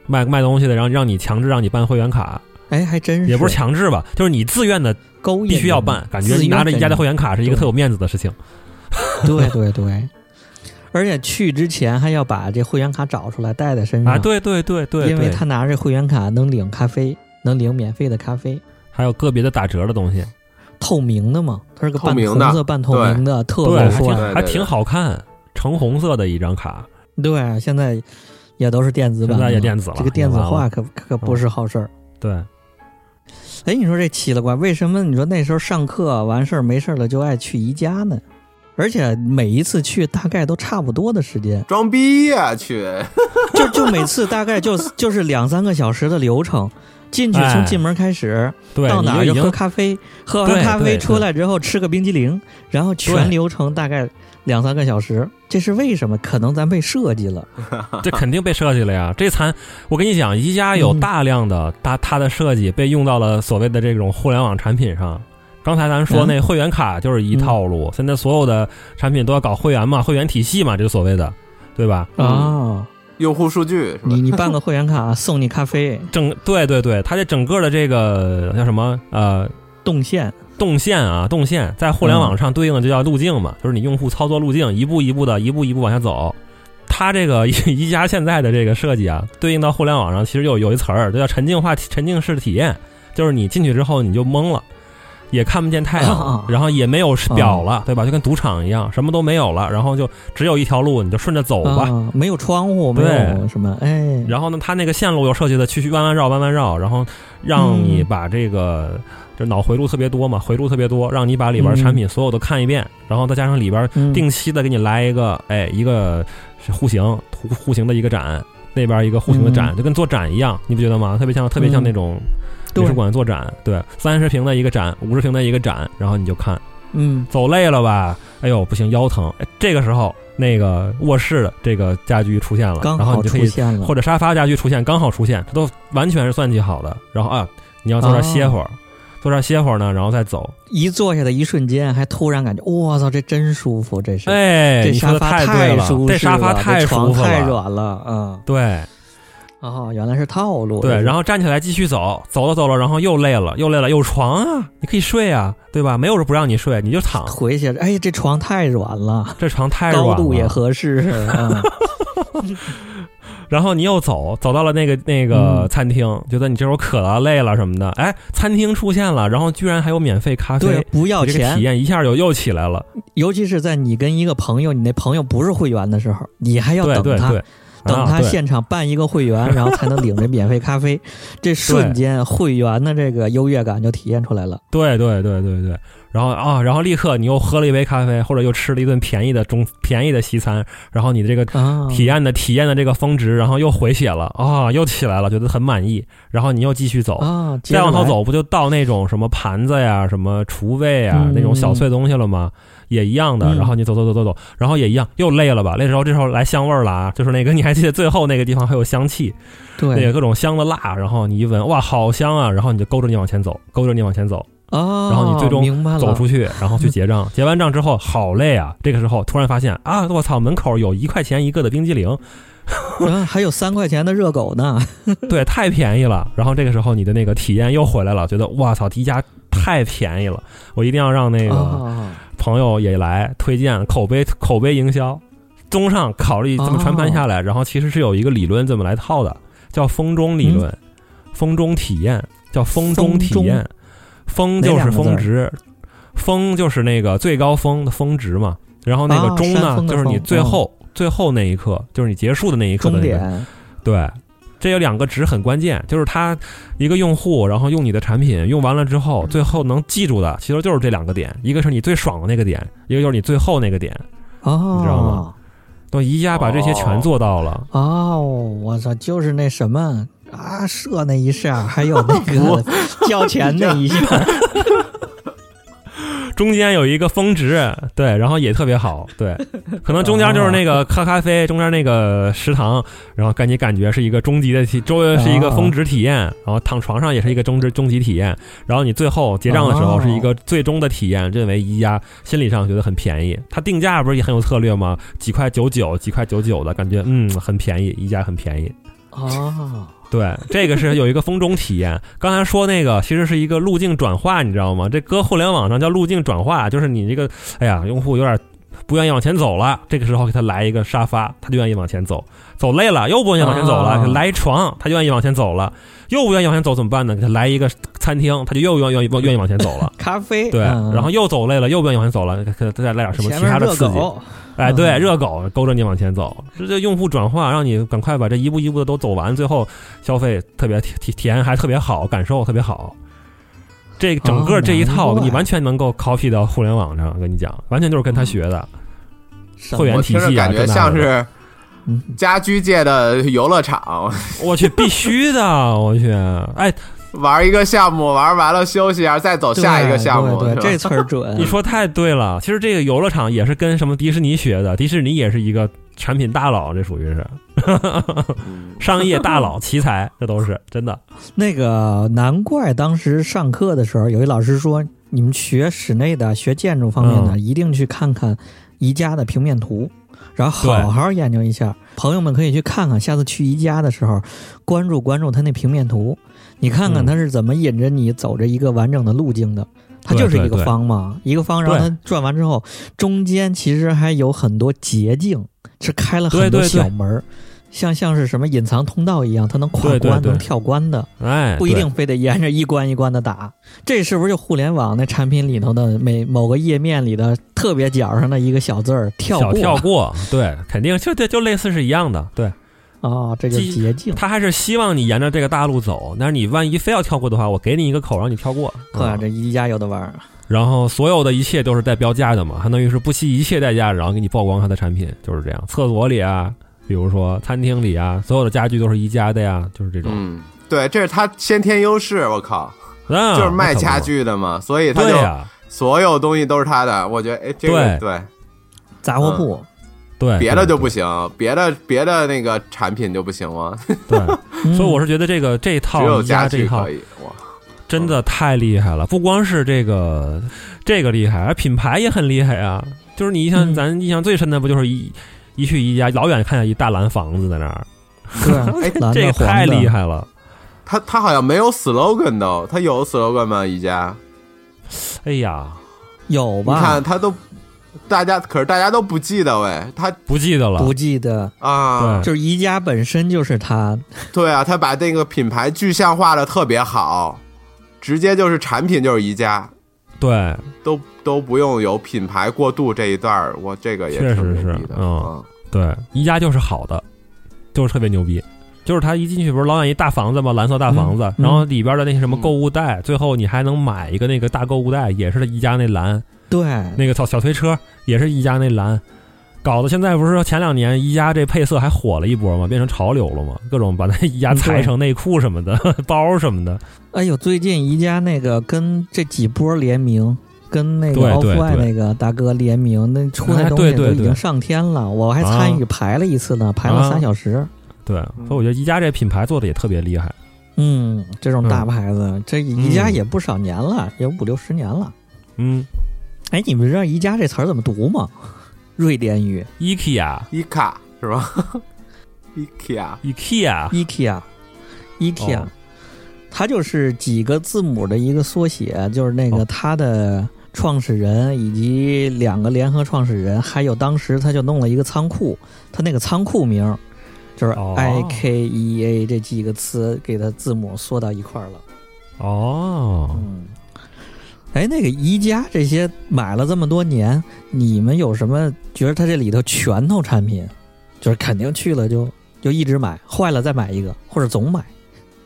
Speaker 2: 卖卖东西的，然后让你强制让你办会员卡，
Speaker 1: 哎，还真是
Speaker 2: 也不是强制吧，就是你自愿的
Speaker 1: 勾引，
Speaker 2: 必须要办，感觉
Speaker 1: 自
Speaker 2: 拿着
Speaker 1: 愿
Speaker 2: 宜家的
Speaker 1: 人
Speaker 2: 会员卡是一个
Speaker 1: 对
Speaker 2: 特有面子的事情。
Speaker 1: *laughs* 对对对，而且去之前还要把这会员卡找出来带在身上，
Speaker 2: 啊，对对对对，
Speaker 1: 嗯因为
Speaker 2: 对
Speaker 1: 他拿着会员卡能领咖啡，能领免费的咖啡，
Speaker 2: 还有个别的打折的东西，
Speaker 1: 透明的嘛，它是个
Speaker 3: 透
Speaker 1: 半
Speaker 3: 明
Speaker 1: 红
Speaker 3: 的
Speaker 1: 色半透
Speaker 3: 对
Speaker 1: 明的，特
Speaker 2: 对，
Speaker 1: 好
Speaker 2: 还
Speaker 1: 说
Speaker 3: 对
Speaker 2: 挺还挺好看，橙红色的一张卡，
Speaker 1: 对，现在也都是电子版
Speaker 2: 现
Speaker 1: 的嘛，
Speaker 2: 在也电子了
Speaker 1: 这个
Speaker 2: 也
Speaker 1: 电子
Speaker 2: 完了嗯
Speaker 1: 化可可可不是好事儿。
Speaker 2: 对，
Speaker 1: 哎，你说这奇了怪，为什么你说那时候上课完事儿没事儿了就爱去宜家呢？而且每一次去大概都差不多的时间，
Speaker 3: 装逼呀、去！
Speaker 1: 就就每次大概就就是两三个小时的流程，进去从
Speaker 2: 哎
Speaker 1: 进门开始，
Speaker 2: 对，
Speaker 1: 到哪儿
Speaker 2: 你
Speaker 1: 就
Speaker 2: 就已
Speaker 1: 喝
Speaker 2: 经
Speaker 1: 咖啡，喝完
Speaker 2: 对
Speaker 1: 咖啡
Speaker 2: 对
Speaker 1: 出来之后吃个冰激凌，然后全
Speaker 2: 对
Speaker 1: 流程大概两三个小时，这是为什么？可能咱被设计了，
Speaker 2: *laughs* 这肯定被设计了呀。这餐我跟你讲，宜家有
Speaker 1: 嗯
Speaker 2: 大量的它它的设计被用到了所谓的这种互联网产品上。刚才咱说
Speaker 1: 嗯
Speaker 2: 那会员卡就是一
Speaker 1: 嗯
Speaker 2: 套路，现在所有的产品都要搞会员嘛，会员体系嘛，这个所谓的，对吧？
Speaker 3: 嗯
Speaker 1: 哦，
Speaker 3: 用户数据是吧
Speaker 1: 嗯你？你办个会员卡送你咖啡，
Speaker 2: 整对对对，它这整个的这个叫什么呃
Speaker 1: 动线，
Speaker 2: 动线啊，动线在互联网上对应的就叫路径嘛，就是你用户操作路径，一步一步的，一步一步往下走。它这个 *laughs* 宜家现在的这个设计啊，对应到互联网上，其实有有一词儿，就叫沉浸化、沉浸式体验，就是你进去之后你就懵了，也看不见太阳，
Speaker 1: 啊
Speaker 2: 然后也没有表了，对吧？就跟赌场一样，什么都没有了，然后就只有一条路，你就顺着走吧。
Speaker 1: 啊，没有窗户，没
Speaker 2: 对
Speaker 1: 有什么，哎，
Speaker 2: 然后呢，它那个线路又设计的曲曲弯弯绕，弯弯绕，然后让
Speaker 1: 嗯
Speaker 2: 你把这个、这脑回路特别多嘛，回路特别多，让你把里边产品所有都看一遍，然后再加上里边
Speaker 1: 嗯
Speaker 2: 定期的给你来一个，哎，一个是户型户户型的一个展，那边一个户型的
Speaker 1: 嗯
Speaker 2: 展，就跟做展一样，你不觉得吗？特别像特别像那种
Speaker 1: 对
Speaker 2: 美术馆做展，对，三十平的一个展，五十平的一个展，然后你就看。
Speaker 1: 嗯，
Speaker 2: 走累了吧？哎呦，不行，腰疼。哎这个时候，那个卧室的这个家居出现了，
Speaker 1: 刚
Speaker 2: 然后
Speaker 1: 好
Speaker 2: 你就可
Speaker 1: 出
Speaker 2: 以
Speaker 1: 现了
Speaker 2: 或，者沙发家具出现，刚好出现，这都完全是算计好的。然后啊，你要坐这儿歇
Speaker 1: 哦
Speaker 2: 会儿，坐这儿歇会儿呢，然后再走。
Speaker 1: 一坐下的一瞬间，还突然感觉，我操，这真舒服，这是，
Speaker 2: 哎，
Speaker 1: 这
Speaker 2: 你说
Speaker 1: 沙
Speaker 2: 的
Speaker 1: 发
Speaker 2: 对了
Speaker 1: 舒，适
Speaker 2: 这沙发
Speaker 1: 了
Speaker 2: 太
Speaker 1: 这
Speaker 2: 舒
Speaker 1: 床
Speaker 2: 服
Speaker 1: 太
Speaker 2: 了。
Speaker 1: 软了，嗯，
Speaker 2: 对
Speaker 1: 哦，原来是套路，
Speaker 2: 对，然
Speaker 1: 后
Speaker 2: 后站起来继续走，走了走了，然后又累了，又累了，有床啊，你可以睡啊，对吧？没有人不让你睡，你就躺，
Speaker 1: 回去，哎，这床太软了，
Speaker 2: 这床 *laughs* 太软
Speaker 1: 高
Speaker 2: 了，
Speaker 1: 度也合适，
Speaker 2: *laughs*
Speaker 1: 嗯，
Speaker 2: 然后你又走，走到了那个那个
Speaker 1: 嗯
Speaker 2: 餐厅，觉得你这会儿渴了、累了什么的，哎，餐厅出现了，然后居然还有免费咖
Speaker 1: 对
Speaker 2: *laughs* 啡，，
Speaker 1: 不要
Speaker 2: 你这个体
Speaker 1: 钱，
Speaker 2: 验一下就又起来了。
Speaker 1: 尤其是在你跟一个朋友，你那朋友不是会员的时候，你还要
Speaker 2: 对
Speaker 1: 等
Speaker 2: 对
Speaker 1: 他，
Speaker 2: 对，
Speaker 1: 等
Speaker 2: 啊
Speaker 1: 他
Speaker 2: 对
Speaker 1: 现场办一个会员，然后才能领着免费咖啡，这瞬间会员的这个优越感就体验出来了，
Speaker 2: 对对对对对。然后啊、然后立刻你又喝了一杯咖啡，或者又吃了一顿便宜的中便宜的西餐，然后你这个
Speaker 1: 啊，
Speaker 2: 体验的体验的这个峰值，然后又回血了啊、又起来了，觉得很满意，然后你又继续走，
Speaker 1: 啊，接
Speaker 2: 再
Speaker 1: 着
Speaker 2: 往后
Speaker 1: 来，
Speaker 2: 走不就到那种什么盘子呀、什么厨卫呀、
Speaker 1: 嗯
Speaker 2: 那种小碎东西了吗？也一样的，
Speaker 1: 嗯
Speaker 2: 然后你走走走走走，然后也一样，又累了吧？累的时候这时候来香味儿了啊，就是那个你还记得最后那个地方还有香气，那个
Speaker 1: 对
Speaker 2: 各种香的辣，然后你一闻哇好香啊，然后你就勾着你往前走，勾着你往前走，
Speaker 1: 啊，
Speaker 2: 然后你最终
Speaker 1: 明白了
Speaker 2: 走出去，然后去结账，结完账之后好累啊，这个时候突然发现啊，我操，门口有一块钱一个的冰激凌，
Speaker 1: 啊还有三块钱的热狗呢，
Speaker 2: 对，太便宜了。然后这个时候你的那个体验又回来了，觉得哇操，迪迦太便宜了，我一定要让那个
Speaker 1: 啊
Speaker 2: 朋友也来推荐，口碑口碑营销。综上考虑这
Speaker 1: 哦
Speaker 2: 么全盘下来，然后其实是有一个理论这么来套的，叫风中理
Speaker 1: 嗯
Speaker 2: 论，风中体验叫风中体验，风就是峰值，峰就是那个最高峰的峰值嘛。然后那
Speaker 1: 啊
Speaker 2: 个中
Speaker 1: 山
Speaker 2: 呢，
Speaker 1: 峰的
Speaker 2: 就是你
Speaker 1: 峰
Speaker 2: 最
Speaker 1: 嗯
Speaker 2: 后最后那一刻，就是你结束的那一刻的
Speaker 1: 终
Speaker 2: 那个
Speaker 1: 点
Speaker 2: 对，这有两个值很关键，就是他一个用户，然后用你的产品用完了之后，最后能记住的，其实就是这两个点，一个是你最爽的那个点，一个就是你最后那个点。
Speaker 1: 哦，
Speaker 2: 你知道吗？都宜家把这些全做到了，
Speaker 1: 哦，我操，就是那什么啊，射那一下，还有那
Speaker 2: *laughs*
Speaker 1: 个交钱那一下，
Speaker 2: *laughs* 中间有一个峰值，对，然后也特别好，对，可能中间就是那个喝咖啡，中间那个食堂，然后给你感觉是一个终极的体，周是一个峰值体验，然后躺床上也是一个终值终极体验，然后你最后结账的时候
Speaker 1: 哦
Speaker 2: 是一个最终的体验，认为宜家心理上觉得很便宜，它定价不是也很有策略吗？几块九九，几块九九的感觉，嗯，很便宜，宜家很便宜。
Speaker 1: 哦，
Speaker 2: 对，这个是有一个风中体验。刚才说那个其实是一个路径转化，你知道吗？这搁互联网上叫路径转化，就是你这个，哎呀，用户有点不愿意往前走了，这个时候给他来一个沙发，他就愿意往前走；走累了又不愿意往前走了，
Speaker 1: 啊
Speaker 2: 给他来一床，他就愿意往前走了；又不愿意往前走怎么办呢？给他来一个餐厅，他就又愿愿意愿意往前走了。
Speaker 1: 咖啡
Speaker 2: 对，
Speaker 1: 嗯
Speaker 2: 然后又走累了，又不愿意往前走了，给他再来点什么
Speaker 1: 前
Speaker 2: 其
Speaker 1: 面
Speaker 2: 他的
Speaker 1: 热
Speaker 2: 刺激。
Speaker 1: 狗
Speaker 2: 哎，对，
Speaker 1: 嗯
Speaker 2: 热狗勾着你往前走，这这用户转化，让你赶快把这一步一步的都走完，最后消费特别体体体验还特别好，感受特别好。这整个这一
Speaker 1: 哦
Speaker 2: 套，
Speaker 1: 难怪
Speaker 2: 你完全能够 copy 到互联网上，我跟你讲，完全就是跟他学的。
Speaker 1: *laughs* 什么
Speaker 2: 会员
Speaker 3: 我听着感觉像是
Speaker 1: 嗯
Speaker 3: 家居界的游乐场， *laughs*
Speaker 2: 我去，必须的，我去，哎，
Speaker 3: 玩一个项目，玩完了休息一下，再走下一个项目，
Speaker 1: 对对对，这
Speaker 3: 是吧？
Speaker 1: 词儿准。
Speaker 2: *laughs* 你说太对了。其实这个游乐场也是跟什么迪士尼学的，迪士尼也是一个产品大佬，这属于是 *laughs*
Speaker 3: 嗯
Speaker 2: 商业大佬、奇才，这都是真的。
Speaker 1: 那个，难怪当时上课的时候，有一老师说，你们学室内的、学建筑方面的，
Speaker 2: 嗯
Speaker 1: 一定去看看宜家的平面图，然后好好研究一下。朋友们可以去看看，下次去宜家的时候，关注关注他那平面图，你看看
Speaker 2: 嗯
Speaker 1: 他是怎么引着你走着一个完整的路径的。它
Speaker 2: 对
Speaker 1: 就是一
Speaker 2: 对
Speaker 1: 个
Speaker 2: 对
Speaker 1: 方嘛，一个方，然后它转完之后，中间其实还有很多捷径，是开了很
Speaker 2: 对
Speaker 1: 多
Speaker 2: 对对
Speaker 1: 小门儿，像像是什么隐藏通道一样，它能跨
Speaker 2: 对对
Speaker 1: 关、
Speaker 2: 对
Speaker 1: 能跳关的。
Speaker 2: 哎，
Speaker 1: 不一
Speaker 2: 对
Speaker 1: 定非得沿着一关一关的打，这是不是就互联网那产品里头的每某个页面里的特别角上的一个小字儿跳
Speaker 2: 小
Speaker 1: 过
Speaker 2: 跳过，对，肯定就这就类似是一样的，对，
Speaker 1: 啊、这就是捷径。
Speaker 2: 他还是希望你沿着这个大路走，但是你万一非要跳过的话，我给你一个口让你跳过，
Speaker 1: 呵、
Speaker 2: 啊
Speaker 1: 这宜家有的玩儿，
Speaker 2: 然后所有的一切都是带标价的嘛，相当于是不惜一切代价，然后给你曝光它的产品，就是这样。厕所里啊，比如说餐厅里啊，所有的家具都是宜家的呀，就是这种，
Speaker 3: 嗯，对，这是他先天优势，我靠，
Speaker 2: 啊
Speaker 3: 就是卖家，
Speaker 2: 那可
Speaker 3: 具的嘛，所以
Speaker 2: 不
Speaker 3: 他
Speaker 2: 嘛
Speaker 3: 就
Speaker 2: 对呀，
Speaker 3: 所有东西都是他的。我觉得，哎，这个
Speaker 2: 对
Speaker 3: 对，
Speaker 1: 杂货铺，
Speaker 2: 嗯对，
Speaker 3: 别的就不
Speaker 2: 对
Speaker 3: 行，别的别的那个产品就不行吗？
Speaker 2: 对，
Speaker 1: 嗯
Speaker 2: 所以我是觉得这个这一
Speaker 3: *laughs* 只有
Speaker 2: 套宜
Speaker 3: 家
Speaker 2: 家这一
Speaker 3: 具
Speaker 2: 套
Speaker 3: 可以，哇，
Speaker 2: 真的太厉害了，不光是这个这个厉害，品牌也很厉害啊。就是你印象，
Speaker 1: 嗯
Speaker 2: 咱印象最深的不就是一一去宜家，老远看见一大蓝房子在那儿，
Speaker 1: 对
Speaker 3: 哎
Speaker 1: 蓝
Speaker 2: 这
Speaker 1: 的
Speaker 2: 个
Speaker 1: 黄
Speaker 2: 太
Speaker 1: 的
Speaker 2: 厉害了。
Speaker 3: 他他好像没有 slogan 都，他有 slogan 吗？宜家，
Speaker 2: 哎呀，
Speaker 1: 有
Speaker 3: 你
Speaker 1: 吧
Speaker 3: 看？他都，大家可是大家都不记得喂，他
Speaker 2: 不记得了
Speaker 1: 不，记得，
Speaker 3: 啊，
Speaker 1: 就是宜家本身就是它，
Speaker 3: 对啊，他把那个品牌具象化的特别好，直接就是产品就是宜家，
Speaker 2: 对，
Speaker 3: 都都不用有品牌过渡这一段儿，我这个也
Speaker 2: 确
Speaker 3: 挺
Speaker 2: 实
Speaker 3: 牛
Speaker 2: 是
Speaker 3: 逼的，嗯
Speaker 2: 嗯对，宜家就是好的，就是特别牛逼。就是他一进去不是老远一大房子嘛，蓝色大房子，
Speaker 1: 嗯
Speaker 2: 然后里边的那些什么购物袋，最后你还能买一个那个大购物袋，也是宜家那蓝
Speaker 1: 对，
Speaker 2: 那个小小推车，也是宜家那蓝。搞得现在不是说前两年宜家这配色还火了一波嘛，变成潮流了嘛，各种把那宜家
Speaker 1: 嗯
Speaker 2: 裁
Speaker 1: 对
Speaker 2: 成内裤什么的、 *laughs* 包什么的，
Speaker 1: 哎呦，最近宜家那个跟这几波联名，跟那个
Speaker 2: 对
Speaker 1: Off
Speaker 2: 对
Speaker 1: White
Speaker 2: 对
Speaker 1: 那个大哥联名，那出那
Speaker 2: 哎
Speaker 1: 东西
Speaker 2: 对对
Speaker 1: 都已
Speaker 2: 对
Speaker 1: 经上天了，我还参与排了一次呢，排了
Speaker 2: 啊
Speaker 1: 三小时。
Speaker 2: 对，所以我觉得宜家这品牌做的也特别厉害。
Speaker 1: 嗯，这种大牌子，这宜家
Speaker 2: 嗯
Speaker 1: 也不少年了，也有五六十年了。
Speaker 2: 嗯
Speaker 1: 哎，你们知道宜家这词儿怎么读吗？瑞典语
Speaker 2: ，IKEA。
Speaker 3: 伊卡是吧？ *laughs* 伊卡
Speaker 1: 啊
Speaker 2: IKEA，
Speaker 1: IKEA，IKEA，
Speaker 2: 哦
Speaker 1: 它就是几个字母的一个缩写，就是那个
Speaker 2: 哦
Speaker 1: 它的创始人以及两个联合创始人，还有当时他就弄了一个仓库，他那个仓库名儿就是 I K E A 这几个词给它字母缩到一块儿了。
Speaker 2: 哦，
Speaker 1: 嗯，哎，那个宜家这些买了这么多年，你们有什么觉得它这里头拳头产品，就是肯定去了就就一直买，坏了再买一个，或者总买？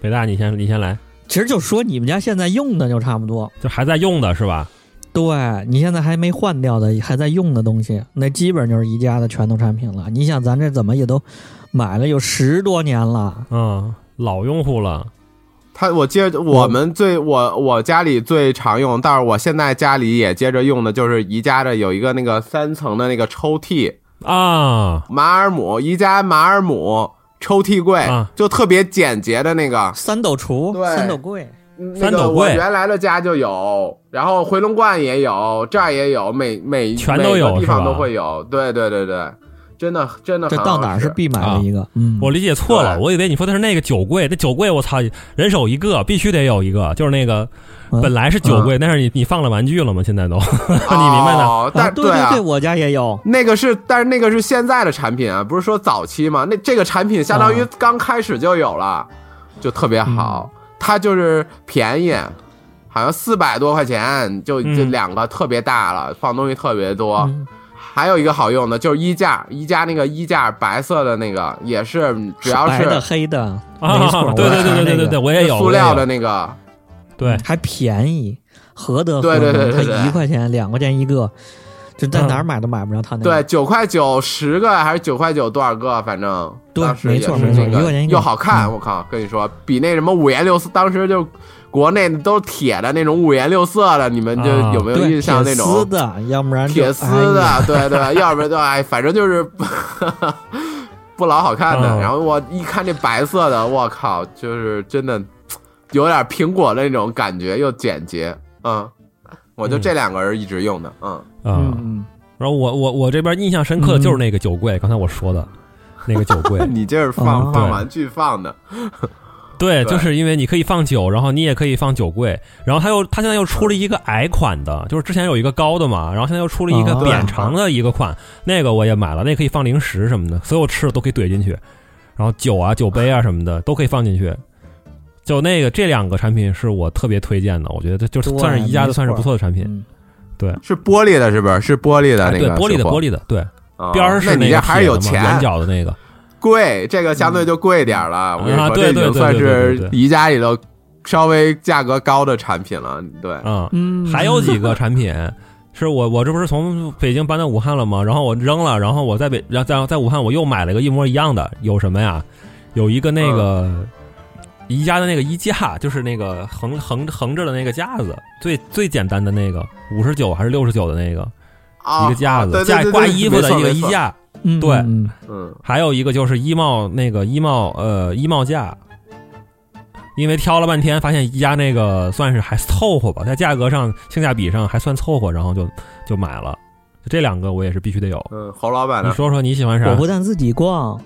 Speaker 2: 北大你先你先来，
Speaker 1: 其实就说你们家现在用的就差不多，
Speaker 2: 就还在用的是吧？
Speaker 1: 对你现在还没换掉的，还在用的东西，那基本就是宜家的拳头产品了。你想，咱这怎么也都买了有十多年了，
Speaker 2: 嗯，老用户了，
Speaker 3: 他我接着我们最我我家里最常用，但是我现在家里也接着用的就是宜家的有一个那个三层的那个抽屉，
Speaker 2: 啊，
Speaker 3: 马尔姆宜家马尔姆抽屉柜，
Speaker 2: 啊
Speaker 3: 就特别简洁的那个
Speaker 1: 三斗橱、
Speaker 3: 对
Speaker 1: 三斗柜，
Speaker 3: 那
Speaker 2: 三
Speaker 3: 个
Speaker 2: 斗
Speaker 3: 我
Speaker 2: 柜
Speaker 3: 原来的家就有，然后回龙观也有，这儿也有，每每
Speaker 2: 全都有
Speaker 3: 每个地方
Speaker 2: 是吧
Speaker 3: 都会有。对对对对，真的真的
Speaker 1: 这
Speaker 3: 很好
Speaker 1: 到哪儿
Speaker 3: 使
Speaker 1: 是必买的一个。嗯，
Speaker 2: 我理解错了，
Speaker 3: 对
Speaker 2: 我以为你说的是那个酒柜，那酒柜我操，人手一个，必须得有一个，就是那个
Speaker 1: 嗯
Speaker 2: 本来是酒柜，但是你你放了玩具了吗？现在都 *laughs* 你明白的
Speaker 3: 哦
Speaker 1: 啊，
Speaker 3: 但
Speaker 1: 对对
Speaker 3: 啊
Speaker 1: 对，，我家也有。
Speaker 3: 那个是，但是那个是现在的产品啊，不是说早期嘛？那这个产品相当于
Speaker 1: 啊
Speaker 3: 刚开始就有了，就特别好，它就是便宜，好像四百多块钱就
Speaker 2: 嗯
Speaker 3: 这两个特别大了，放东西特别多。
Speaker 1: 嗯
Speaker 3: 还有一个好用的就是衣架，衣架那个衣架白色的那个也是，只要
Speaker 1: 白的、
Speaker 3: 是
Speaker 1: 黑的，没错
Speaker 2: 啊，，对对对对对对对，
Speaker 1: 对，
Speaker 2: 我也有
Speaker 3: 塑料
Speaker 2: 我
Speaker 3: 的
Speaker 2: 也有
Speaker 3: 那个，
Speaker 2: 对，
Speaker 1: 还便宜，合德
Speaker 3: 对对对对对
Speaker 1: 它一块钱两块钱一个，就在哪儿买都买不着它那
Speaker 3: 对
Speaker 1: 个。，
Speaker 3: 九块九十个还是九块九多少个？反正
Speaker 1: 对
Speaker 3: 当时
Speaker 1: 没
Speaker 3: 也
Speaker 1: 错
Speaker 3: 是
Speaker 1: 没错
Speaker 3: 那
Speaker 1: 一块钱一个
Speaker 3: 又好看，
Speaker 1: 嗯
Speaker 3: 我靠，跟你说，比那什么五颜六色，当时就国内都是铁的那种五颜六色的，你们就
Speaker 2: 啊
Speaker 3: 有没有
Speaker 1: 对，
Speaker 3: 印象
Speaker 1: 铁
Speaker 3: 那
Speaker 1: 丝
Speaker 3: 种
Speaker 1: 的，要不然就
Speaker 3: 铁丝，
Speaker 1: 哎呀
Speaker 3: 的？对
Speaker 1: *laughs*
Speaker 3: 对，要不然就哎，反正就是 *laughs* 不老好看的。
Speaker 2: 嗯
Speaker 3: 然后我一看这白色的，我靠，就是真的有点苹果的那种感觉，又简洁，嗯，我就
Speaker 2: 嗯
Speaker 3: 这两个人一直用的，嗯。，
Speaker 2: 啊
Speaker 1: 嗯，嗯，
Speaker 2: 然后我我我这边印象深刻的就是那个酒柜，刚才我说的那个酒柜
Speaker 3: 你这是
Speaker 1: 哦
Speaker 3: 放放
Speaker 2: 对
Speaker 3: 玩具放的，
Speaker 2: 对，
Speaker 3: 对
Speaker 2: 就是因为你可以放酒，然后你也可以放酒柜，然后他又他现在又出了一个矮款的，就是之前有一个高的嘛，然后现在又出了一个
Speaker 1: 啊
Speaker 3: 哦
Speaker 2: 扁长的一个款，那个我也买了，那个可以放零食什么的，所有吃的都可以怼进去，然后酒啊、酒杯啊什么的都可以放进去。就那个这两个产品是我特别推荐的，我觉得这就是
Speaker 1: 对
Speaker 2: 算是宜家
Speaker 1: 没
Speaker 2: 的，算是不错的产品。
Speaker 1: 嗯
Speaker 3: 是玻璃的，是不是？是玻璃的
Speaker 2: 哎，
Speaker 3: 那
Speaker 2: 对，
Speaker 3: 个
Speaker 2: 玻璃的玻
Speaker 3: 璃
Speaker 2: 璃的，对，边儿是
Speaker 3: 哦那你
Speaker 2: 个
Speaker 3: 这还是
Speaker 2: 铁
Speaker 3: 有
Speaker 2: 的嘛
Speaker 3: 钱啊
Speaker 2: 圆角的那个，
Speaker 3: 贵，这个相对就贵点儿了。我跟你
Speaker 2: 啊
Speaker 3: 说，
Speaker 2: 对
Speaker 3: 这已经
Speaker 2: 对对
Speaker 3: 算
Speaker 2: 对对
Speaker 3: 是
Speaker 2: 对对
Speaker 3: 宜家里头稍微价格高的产品了。对，
Speaker 2: 嗯，
Speaker 1: 嗯，
Speaker 2: 还有几个产品，是我我这不是从北京搬到武汉了吗？然后我扔了，然后我在北，然后在在武汉我又买了一个一模一样的，有什么呀？有一个那个宜家的那个衣架，就是那个横横横着的那个架子，最最简单的那个，五十九还是六十九的那个、
Speaker 3: 啊，
Speaker 2: 一个架
Speaker 3: 对
Speaker 2: 子，
Speaker 3: 对
Speaker 2: 架
Speaker 3: 对对
Speaker 2: 挂衣服的
Speaker 3: 没错
Speaker 2: 一个
Speaker 3: 没
Speaker 2: 衣
Speaker 3: 错
Speaker 2: 架，
Speaker 1: 嗯
Speaker 2: 对
Speaker 1: 嗯
Speaker 3: 嗯，
Speaker 2: 还有一个就是衣帽那个衣帽呃衣帽架。因为挑了半天，发现宜家那个算是还凑合吧，在价格上、性价比上还算凑合，然后就就买了。就这两个我也是必须得有。
Speaker 3: 嗯，侯老板
Speaker 2: 你
Speaker 3: 呢？
Speaker 2: 说说你喜欢啥
Speaker 1: 我？不但自己逛，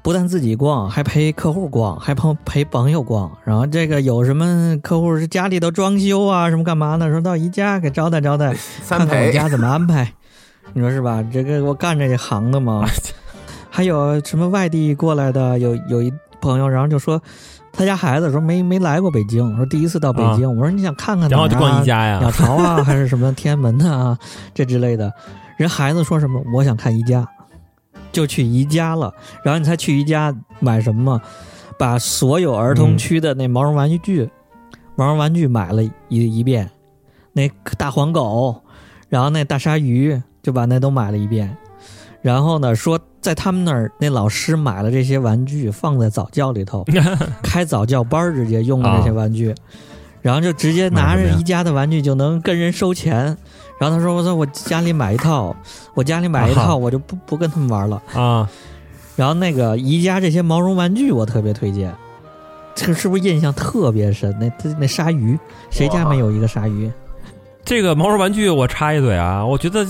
Speaker 1: 不但自己逛，还陪客户逛，还朋陪朋友逛。然后这个有什么客户是家里头装修啊，什么干嘛的，说到宜家给招待招待，
Speaker 3: 哎三
Speaker 1: 看看我
Speaker 3: 陪
Speaker 1: 家怎么安排，你说是吧？这个我干这行的
Speaker 2: *laughs*
Speaker 1: 嘛，还有什么外地过来的，有有一朋友，然后就说他家孩子说没没来过北京，说第一次到北京，我说你想看看哪
Speaker 2: *laughs* 然
Speaker 1: 儿啊、
Speaker 2: 后就逛宜家呀
Speaker 1: *laughs* 鸟，巢啊，还是什么天安门啊这之类的。人孩子说什么我想看宜家，就去宜家了。然后你猜去宜家买什么吗？把所有儿童区的那毛绒玩具、毛绒玩具买了一一遍，那大黄狗，然后那大鲨鱼，就把那都买了一遍。然后呢，说在他们那儿，那老师买了这些玩具放在早教里头，开早教班儿直接用的这些玩具，然后就直接拿着宜家的玩具就能跟人收钱。然后他说：“我说我家里买一套，我家里买一
Speaker 2: 啊
Speaker 1: 套，我就不不跟他们玩了。”
Speaker 2: 啊，
Speaker 1: 然后那个宜家这些毛绒玩具我特别推荐，这个是不是印象特别深？那那那鲨鱼，谁家没有一个鲨鱼？
Speaker 2: 这个毛绒玩具我插一嘴啊，我觉得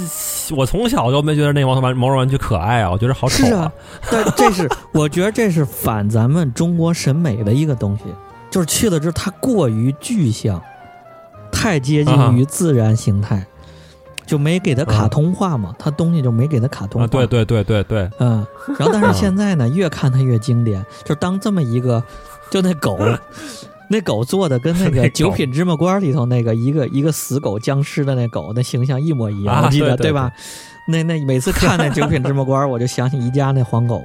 Speaker 2: 我从小都没觉得那毛绒玩毛绒玩具可爱啊，我觉得好丑
Speaker 1: 是啊，对，这是我觉得这是反咱们中国审美的一个东西，就是去了之后它过于具象，太接
Speaker 2: 啊
Speaker 1: 近于自然形态，就没给它卡通化嘛，它东西就没给它卡通化。
Speaker 2: 啊，对对对对对，
Speaker 1: 嗯，然后但是现在呢，越看它越经
Speaker 2: *laughs*
Speaker 1: 典，就是当这么一个，就那狗，那狗做的跟那
Speaker 2: 那
Speaker 1: 个
Speaker 2: 狗
Speaker 1: 《九品芝麻官》里头那个一个一个死狗僵尸的那狗那形象一模一样，
Speaker 2: 啊
Speaker 1: 我记得
Speaker 2: 对对
Speaker 1: 吧？那那每次看那《九品芝麻
Speaker 2: *laughs*
Speaker 1: 官》，我就想起宜家那黄狗，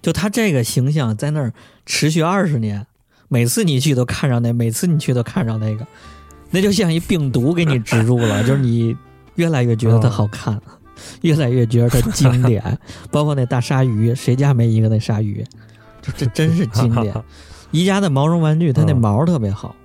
Speaker 1: 就它这个形象在那儿持续二十年，每次你去都看上那，每次你去都看上那个，那就像一病毒给你植入
Speaker 2: *laughs*
Speaker 1: 了，就是你越来越觉得它好看。
Speaker 2: 嗯
Speaker 1: 越来越觉得它经典，包括那大鲨鱼，谁家没一个那鲨鱼？这这真是经典。
Speaker 2: *laughs*
Speaker 1: 宜家的毛绒玩具，它那
Speaker 2: 嗯
Speaker 1: 毛特别好，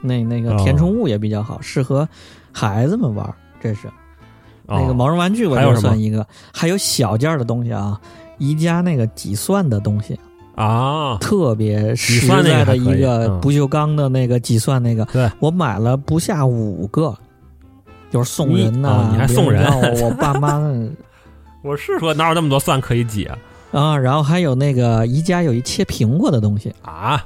Speaker 1: 那那个
Speaker 2: 哦
Speaker 1: 填充物也比较好，适合孩子们玩儿。这是
Speaker 2: 啊
Speaker 1: 那个毛绒玩具，我
Speaker 2: 还有
Speaker 1: 就
Speaker 2: 什么
Speaker 1: 算一个。还有小件儿的东西啊，宜家那个挤蒜的东西，
Speaker 2: 啊，
Speaker 1: 特别实
Speaker 2: 那个
Speaker 1: 在
Speaker 2: 还
Speaker 1: 的
Speaker 2: 可
Speaker 1: 一
Speaker 2: 以
Speaker 1: 个
Speaker 2: 嗯
Speaker 1: 不锈钢的那个挤蒜那个，
Speaker 2: 对
Speaker 1: 我买了不下五个，就是送
Speaker 2: 你
Speaker 1: 人呐、
Speaker 2: 哦你还送
Speaker 1: 别
Speaker 2: 人
Speaker 1: 让我我爸妈呢
Speaker 2: 我是说哪有那么多蒜可以挤啊？
Speaker 1: 啊，然后还有那个宜家有一切苹果的东西，
Speaker 2: 啊，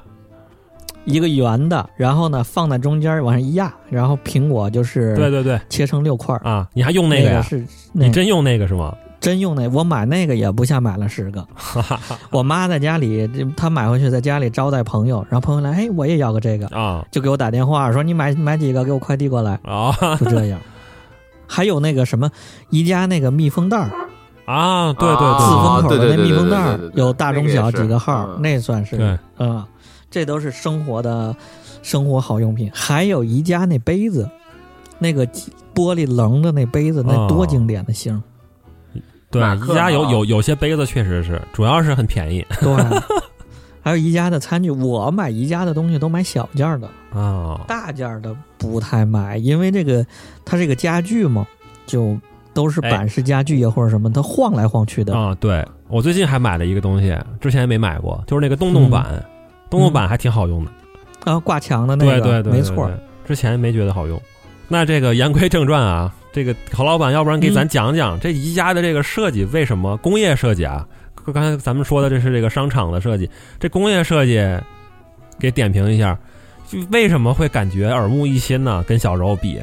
Speaker 1: 一个圆的，然后呢放在中间儿往上一压，然后苹果就
Speaker 2: 对
Speaker 1: 是
Speaker 2: 对对
Speaker 1: 切成六块儿。
Speaker 2: 啊，你还用
Speaker 1: 那
Speaker 2: 那个
Speaker 1: 个
Speaker 2: 呀？
Speaker 1: 是那
Speaker 2: 你真用那个是吗？
Speaker 1: 真用那，我买那个也不下买了十
Speaker 2: *laughs*
Speaker 1: 个。我妈在家里，这她买回去在家里招待朋友，然后朋友来，哎，我也要个这个，
Speaker 2: 啊
Speaker 1: 就给我打电话说你买买几个给我快递过来，
Speaker 2: *laughs* 啊
Speaker 1: 就这样。还有那个什么宜家那个密封袋儿，
Speaker 2: 啊！对
Speaker 1: 四
Speaker 2: 对
Speaker 1: 封口
Speaker 3: 对
Speaker 1: 的
Speaker 3: 对
Speaker 1: 那
Speaker 3: 对
Speaker 1: 密
Speaker 3: 对
Speaker 1: 封
Speaker 3: 对
Speaker 1: 袋儿
Speaker 3: 对对，对
Speaker 1: 有大中小几个号
Speaker 3: 那个也
Speaker 1: 儿，
Speaker 3: 是
Speaker 1: 那算是
Speaker 2: 对对，
Speaker 1: 嗯，这都是生活的生活好用品。还有宜家那杯子，那个玻璃棱的那杯子，那
Speaker 2: 哦
Speaker 1: 多经典的型
Speaker 2: *laughs*
Speaker 1: 儿。
Speaker 3: 马
Speaker 2: 对
Speaker 3: 克
Speaker 2: 对，宜家有
Speaker 3: 嘛
Speaker 2: 有有些杯子确实是，主要是很便宜
Speaker 1: 对，还有宜家的餐具，我买宜家的东西都买小件儿的，
Speaker 2: 啊。
Speaker 1: 大件儿的不太买，因为这个它这个家具嘛，就都是
Speaker 2: 哎
Speaker 1: 板式家具呀或者什么，它晃来晃去的。
Speaker 2: 啊、对我最近还买了一个东西，之前没买过，就是那个洞洞板，洞洞板还挺好用的。
Speaker 1: 然后啊挂墙的那个，
Speaker 2: 对对对，
Speaker 1: 没
Speaker 2: 对
Speaker 1: 错儿
Speaker 2: 对。之前没觉得好用。那这个言归正传啊，这个郝老板，要不然给
Speaker 1: 嗯
Speaker 2: 咱讲讲、这宜家的这个设计为什么工业设计啊？刚才咱们说的这是这个商场的设计，这工业设计给点评一下，就为什么会感觉耳目一新呢？跟小时候比，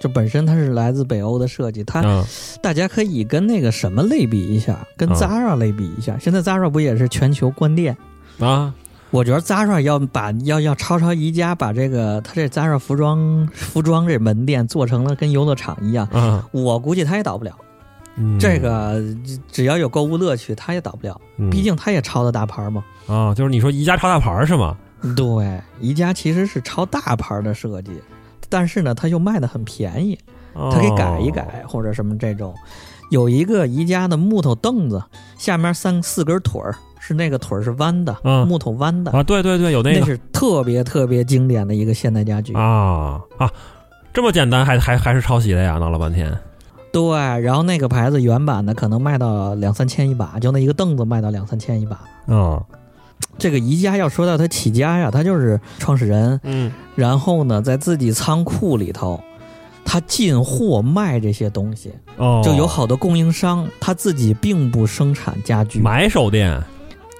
Speaker 1: 就本身它是来自北欧的设计，它
Speaker 2: 嗯
Speaker 1: 大家可以跟那个什么类比一下，跟
Speaker 2: 嗯
Speaker 1: Zara 类比一下。现在 Zara 不也是全球关店？
Speaker 2: 啊，
Speaker 1: 我觉得 Zara 要把要要超超宜家把这个它这 Zara 服装服装这门店做成了跟游乐场一样，
Speaker 2: 嗯，
Speaker 1: 我估计它也倒不了。
Speaker 2: 嗯
Speaker 1: 啊这个只要有购物乐趣，它也倒不了，
Speaker 2: 嗯
Speaker 1: 毕竟它也抄的大牌嘛。
Speaker 2: 啊，就是你说宜家超大牌儿是吗？
Speaker 1: 对，宜家其实是抄大牌的设计，但是呢，它又卖的很便宜。
Speaker 2: 他
Speaker 1: 他可以改一
Speaker 2: 哦
Speaker 1: 改或者什么这种。有一个宜家的木头凳子，下面三四根腿儿，是那个腿儿是弯的，
Speaker 2: 嗯
Speaker 1: 木头弯的，
Speaker 2: 啊，对对对，有那
Speaker 1: 那
Speaker 2: 个
Speaker 1: 是特别特别经典的一个现代家具。
Speaker 2: 啊啊，这么简单还还还是抄袭的呀？闹了半天，
Speaker 1: 对，然后那个牌子原版的可能卖到两三千一把，就那一个凳子卖到两三千一把。
Speaker 2: 嗯
Speaker 1: 这个宜家要说到它起家呀，它就是创始人，
Speaker 2: *laughs* 嗯
Speaker 1: 然后呢，在自己仓库里头，他进货卖这些东西，
Speaker 2: 哦，
Speaker 1: 就有好多供应商，他自己并不生产家具，
Speaker 2: 买手店，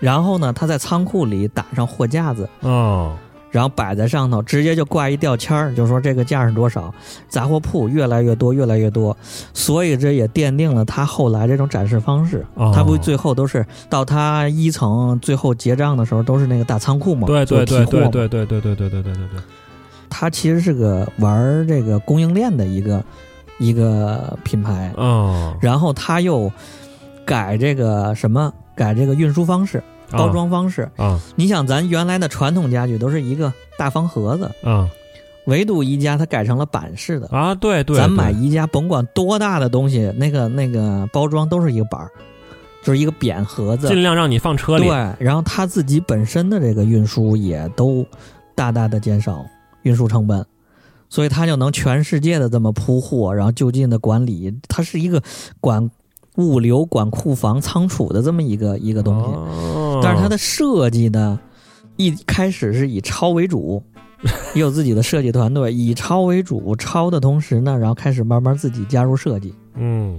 Speaker 1: 然后呢，他在仓库里打上货架子，
Speaker 2: 嗯
Speaker 1: 然后摆在上头，直接就挂一吊签儿，就说这个价是多少。杂货铺越来越多，越来越多，所以这也奠定了他后来这种展示方式。
Speaker 2: 哦
Speaker 1: 他不最后都是到他一层最后结账的时候都是那个大仓库嘛？
Speaker 2: 对对
Speaker 1: 做
Speaker 2: 对对
Speaker 1: 提货嘛
Speaker 2: 对对对对对对对对对，
Speaker 1: 他其实是个玩儿这个供应链的一个一个品牌，
Speaker 2: 嗯
Speaker 1: 哦然后他又改这个什么改这个运输方式。
Speaker 2: 哦
Speaker 1: 包装方式。
Speaker 2: 啊
Speaker 1: 你想，咱原来的传统家具都是一个大方盒子，
Speaker 2: 啊
Speaker 1: 唯独宜家它改成了板式的。
Speaker 2: 啊！对对，
Speaker 1: 咱买
Speaker 2: 对
Speaker 1: 宜家，甭管多大的东西，那个那个包装都是一个板儿，就是一个扁盒子。
Speaker 2: 尽量让你放车
Speaker 1: 对
Speaker 2: 里，，
Speaker 1: 然后它自己本身的这个运输也都大大的减少运输成本，所以它就能全世界的这么铺货，然后就近的管理，它是一个管物流、管库房、仓储的这么一个一个东西。
Speaker 2: 哦
Speaker 1: 但是它的设计呢，一开始是以超为主，也有自己的设计团队，以超为主，超的同时呢，然后开始慢慢自己加入设计。
Speaker 2: 嗯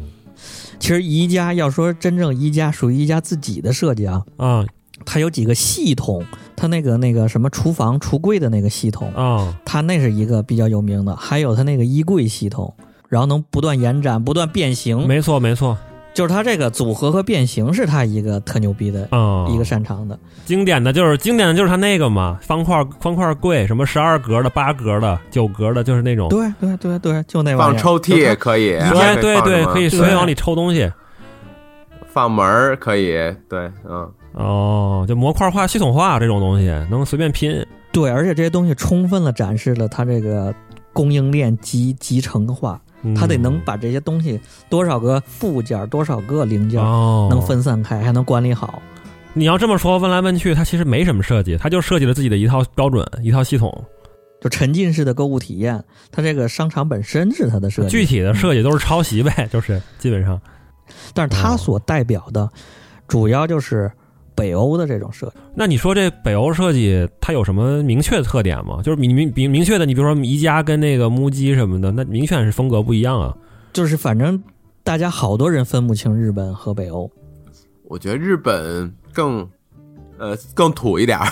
Speaker 1: 其实宜家要说真正宜家属于宜家自己的设计啊，
Speaker 2: 啊
Speaker 1: 它有几个系统，它那个那个什么厨房橱柜的那个系统，
Speaker 2: 啊
Speaker 1: 它那是一个比较有名的，还有它那个衣柜系统。然后能不断延展、不断变形，
Speaker 2: 没错没错
Speaker 1: 就是它这个组合和变形是它一个特牛逼的、
Speaker 2: 啊，
Speaker 1: 一个擅长的。
Speaker 2: 经典的就是经典的就是它那个嘛，方块方块柜，什么十二格的、八格的、九格的，就是那种，
Speaker 1: 对对对对，就那玩意
Speaker 3: 放
Speaker 1: 儿。
Speaker 3: 抽屉也可以，还
Speaker 2: 对
Speaker 3: 可
Speaker 2: 对
Speaker 3: 以放
Speaker 2: 对
Speaker 3: 什，么
Speaker 2: 可以随便往里抽东西。
Speaker 3: 放门儿，可以，对，嗯，
Speaker 2: 哦，就模块化、系统化这种东西能随便拼。
Speaker 1: 对，而且这些东西充分的展示了它这个供应链集集成化，
Speaker 2: 嗯
Speaker 1: 它得能把这些东西多少个部件、多少个零件
Speaker 2: 哦，
Speaker 1: 能。分散开，还能管理好。
Speaker 2: 你要这么说，问来问去，它其实没什么设计，它就设计了自己的一套标准、一套系统。
Speaker 1: 就沉浸式的购物体验，它这个商场本身是它的设
Speaker 2: 具
Speaker 1: 计，嗯
Speaker 2: 体的设计都是抄袭呗，就是基本上。
Speaker 1: 但是
Speaker 2: 哦
Speaker 1: 它所代表的主要就是北欧的这种设计。
Speaker 2: 那你说这北欧设计它有什么明确的特点吗？就是明明明明确的，你比如说宜家跟那个木屐什么的，那明显是风格不一样啊。
Speaker 1: 就是反正大家好多人分不清日本和北欧，
Speaker 3: 我觉得日本更，呃，更土一点儿，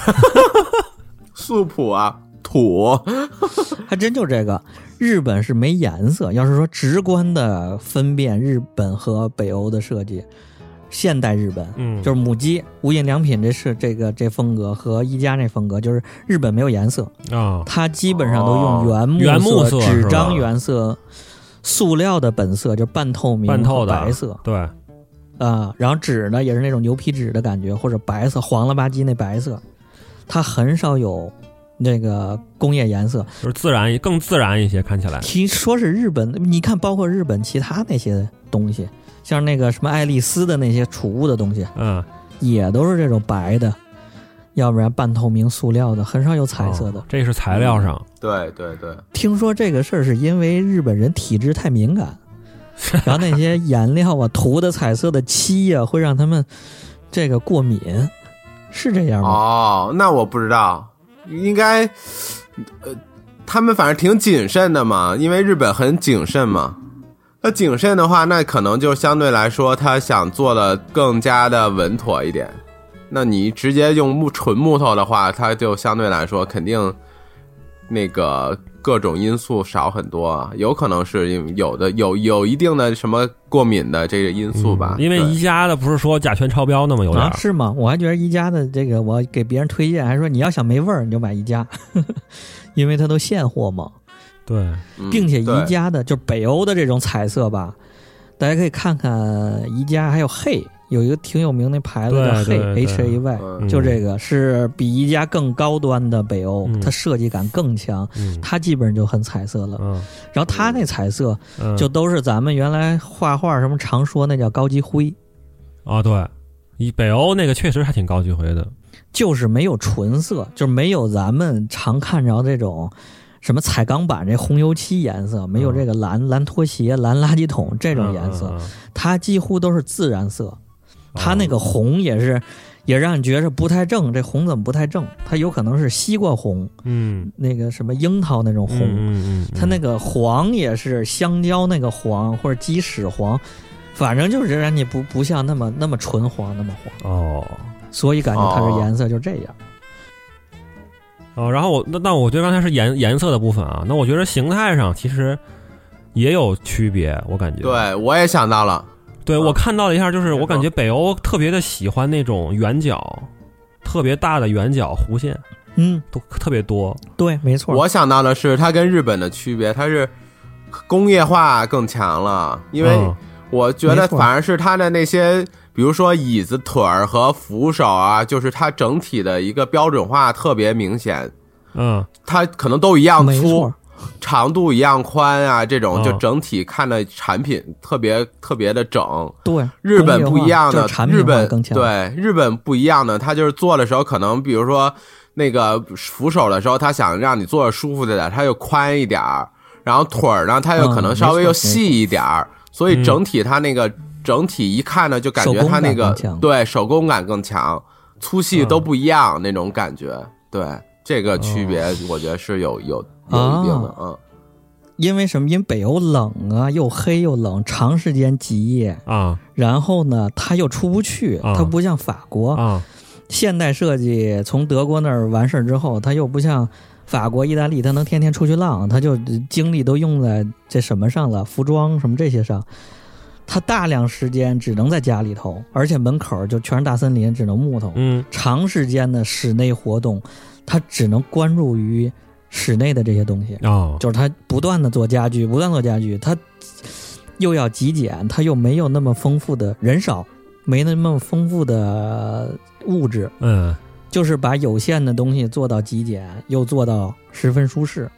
Speaker 3: *laughs* 素朴啊，土，
Speaker 1: 还真就这个。日本是没颜色，要是说直观的分辨日本和北欧的设计，现代日本
Speaker 2: 嗯
Speaker 1: 就是母鸡、无印良品这是这个这风格和宜家那风格，就是日本没有颜色，
Speaker 2: 是啊，
Speaker 1: 它基本上都用原木
Speaker 2: 哦原木色
Speaker 1: 纸张
Speaker 2: 是吧
Speaker 1: 原色、塑料的本色，就是半透明、
Speaker 2: 半透的
Speaker 1: 白色啊、
Speaker 2: 对，
Speaker 1: 然后纸呢也是那种牛皮纸的感觉，或者白色黄了吧唧那白色，它很少有那个工业颜色。
Speaker 2: 就是自然更自然一些，看起来。
Speaker 1: 听说是日本，你看包括日本其他那些东西，像那个什么爱丽丝的那些储物的东西，
Speaker 2: 嗯，
Speaker 1: 也都是这种白的，要不然半透明塑料的，很少有彩色的。嗯
Speaker 2: 哦这是材料上，
Speaker 3: 对对对，
Speaker 1: 听说这个事儿是因为日本人体质太敏
Speaker 2: *laughs*
Speaker 1: 感，然后那些颜料啊、涂的彩色的漆呀、会让他们这个过敏，是这样吗？啊
Speaker 3: 哦，那我不知道，应该，呃，他们反正挺谨慎的嘛，因为日本很谨慎嘛。那谨慎的话，那可能就相对来说，他想做的更加的稳妥一点。那你直接用木纯木头的话，它就相对来说肯定那个各种因素少很多啊，有可能是因为有的有有一定的什么过敏的这个因素吧，
Speaker 2: 嗯因为
Speaker 3: 对
Speaker 2: 宜家的不是说甲醛超标呢吗？有点
Speaker 1: 啊
Speaker 2: 儿，
Speaker 1: 是吗？我还觉得宜家的这个，我给别人推荐，还说你要想没味儿，你就买宜家， *laughs* 因为它都现货嘛。
Speaker 2: 对，
Speaker 3: 嗯
Speaker 1: 并且宜
Speaker 3: 对
Speaker 1: 家的，就北欧的这种彩色吧，大家可以看看宜家，还有 Hey 有一个挺有名的牌子叫
Speaker 2: 对对
Speaker 1: Hey
Speaker 2: 对
Speaker 1: H A Y，
Speaker 3: 嗯
Speaker 2: 嗯
Speaker 1: 就这个是比宜家更高端的北欧，
Speaker 2: 嗯
Speaker 1: 它设计感更强，
Speaker 2: 嗯
Speaker 1: 它基本上就很彩色了。
Speaker 2: 嗯
Speaker 1: 然后它那彩色
Speaker 2: 嗯，
Speaker 1: 就都是咱们原来画画什么常说那叫高级灰，
Speaker 2: 啊，对，以北欧那个确实还挺高级回的，
Speaker 1: 就是没有纯色，就是没有咱们常看着这种。什么彩钢板这红油漆颜色，没有这个蓝蓝拖鞋、蓝垃圾桶这
Speaker 2: 这
Speaker 1: 种颜色，它几乎都是自然色，
Speaker 3: 哦
Speaker 2: 嗯
Speaker 1: 它
Speaker 2: 哦
Speaker 1: 那个红也是，也让你觉着不太正。这红怎么不太正？它有可能是西瓜红，
Speaker 2: 嗯
Speaker 1: 那个什么樱桃那种红，
Speaker 2: 嗯嗯，
Speaker 1: 它那个黄也是香蕉那个黄或者鸡屎黄，反正就是让你不不像那么那么纯黄那么黄，
Speaker 2: 哦。
Speaker 1: 所以感觉它
Speaker 3: 哦
Speaker 1: 是颜色就这样。
Speaker 2: 哦，然后我那那我觉得刚才是颜颜色的部分啊，那我觉得形态上其实也有区别，我感觉。
Speaker 3: 对，我也想到了。
Speaker 2: 对，
Speaker 3: 嗯
Speaker 2: 我看到了一下，就是
Speaker 3: 没
Speaker 2: 我感
Speaker 3: 错
Speaker 2: 觉北欧特别的喜欢那种圆角，特别大的圆角弧线
Speaker 1: 嗯，
Speaker 2: 都特别多。
Speaker 1: 对，没错。
Speaker 3: 我想到的是，它跟日本的区别，它是工业化更强了，因为
Speaker 2: 嗯
Speaker 3: 我觉
Speaker 1: 没
Speaker 3: 得
Speaker 1: 错
Speaker 3: 反而是它的那些，比比如说椅子腿儿和扶手啊，就是它整体的一个标准化特别明显，
Speaker 2: 嗯，
Speaker 3: 它可能都一样
Speaker 1: 没
Speaker 3: 粗
Speaker 1: 错，，
Speaker 3: 长度一样宽啊，这种
Speaker 2: 嗯
Speaker 3: 就整体看的产品特别特别的整。
Speaker 1: 对，
Speaker 3: 日本
Speaker 1: 工
Speaker 3: 不
Speaker 1: 业化
Speaker 3: 一样
Speaker 1: 就
Speaker 3: 的
Speaker 1: 是产，
Speaker 3: 日
Speaker 1: 品化
Speaker 3: 本
Speaker 1: 更强，，
Speaker 3: 对日本不一样的，它就是做的时候可能比如说那个扶手的时候，它想让你坐着舒服一点，它就宽一点儿，然后腿儿呢，它又
Speaker 1: 嗯
Speaker 3: 可能稍
Speaker 1: 没错
Speaker 3: 微又
Speaker 1: 没
Speaker 3: 细一点儿，所以整体它那个
Speaker 1: 嗯
Speaker 3: 整体一看呢，就感觉
Speaker 1: 手工
Speaker 3: 它
Speaker 1: 感
Speaker 3: 那个
Speaker 1: 更强
Speaker 3: 对手工感更强，粗细都不一样那种感觉，对这个区别，
Speaker 1: 哦
Speaker 3: 我觉得是有有有一定的
Speaker 1: 啊，
Speaker 3: 嗯。
Speaker 1: 因为什么？因为北欧冷啊，又黑又冷，长时间极夜，
Speaker 2: 啊
Speaker 1: 然后呢，它又出不去，
Speaker 2: 啊
Speaker 1: 它不像法国、
Speaker 2: 啊
Speaker 1: 现代设计从德国那儿完事儿之后，它又不像法国、意大利，它能天天出去浪，它就精力都用在这什么上了，服装什么这些上。它大量时间只能在家里头，而且门口就全是大森林，只能木头。
Speaker 2: 嗯
Speaker 1: 长时间的室内活动，它只能关注于室内的这些东西。
Speaker 2: 啊
Speaker 1: 就是他不断的做家具，不断地做家具，他又要极简，他又没有那么丰富的人少，没那么丰富的物质，
Speaker 2: 嗯
Speaker 1: 就是把有限的东西做到极简，又做到十分舒适。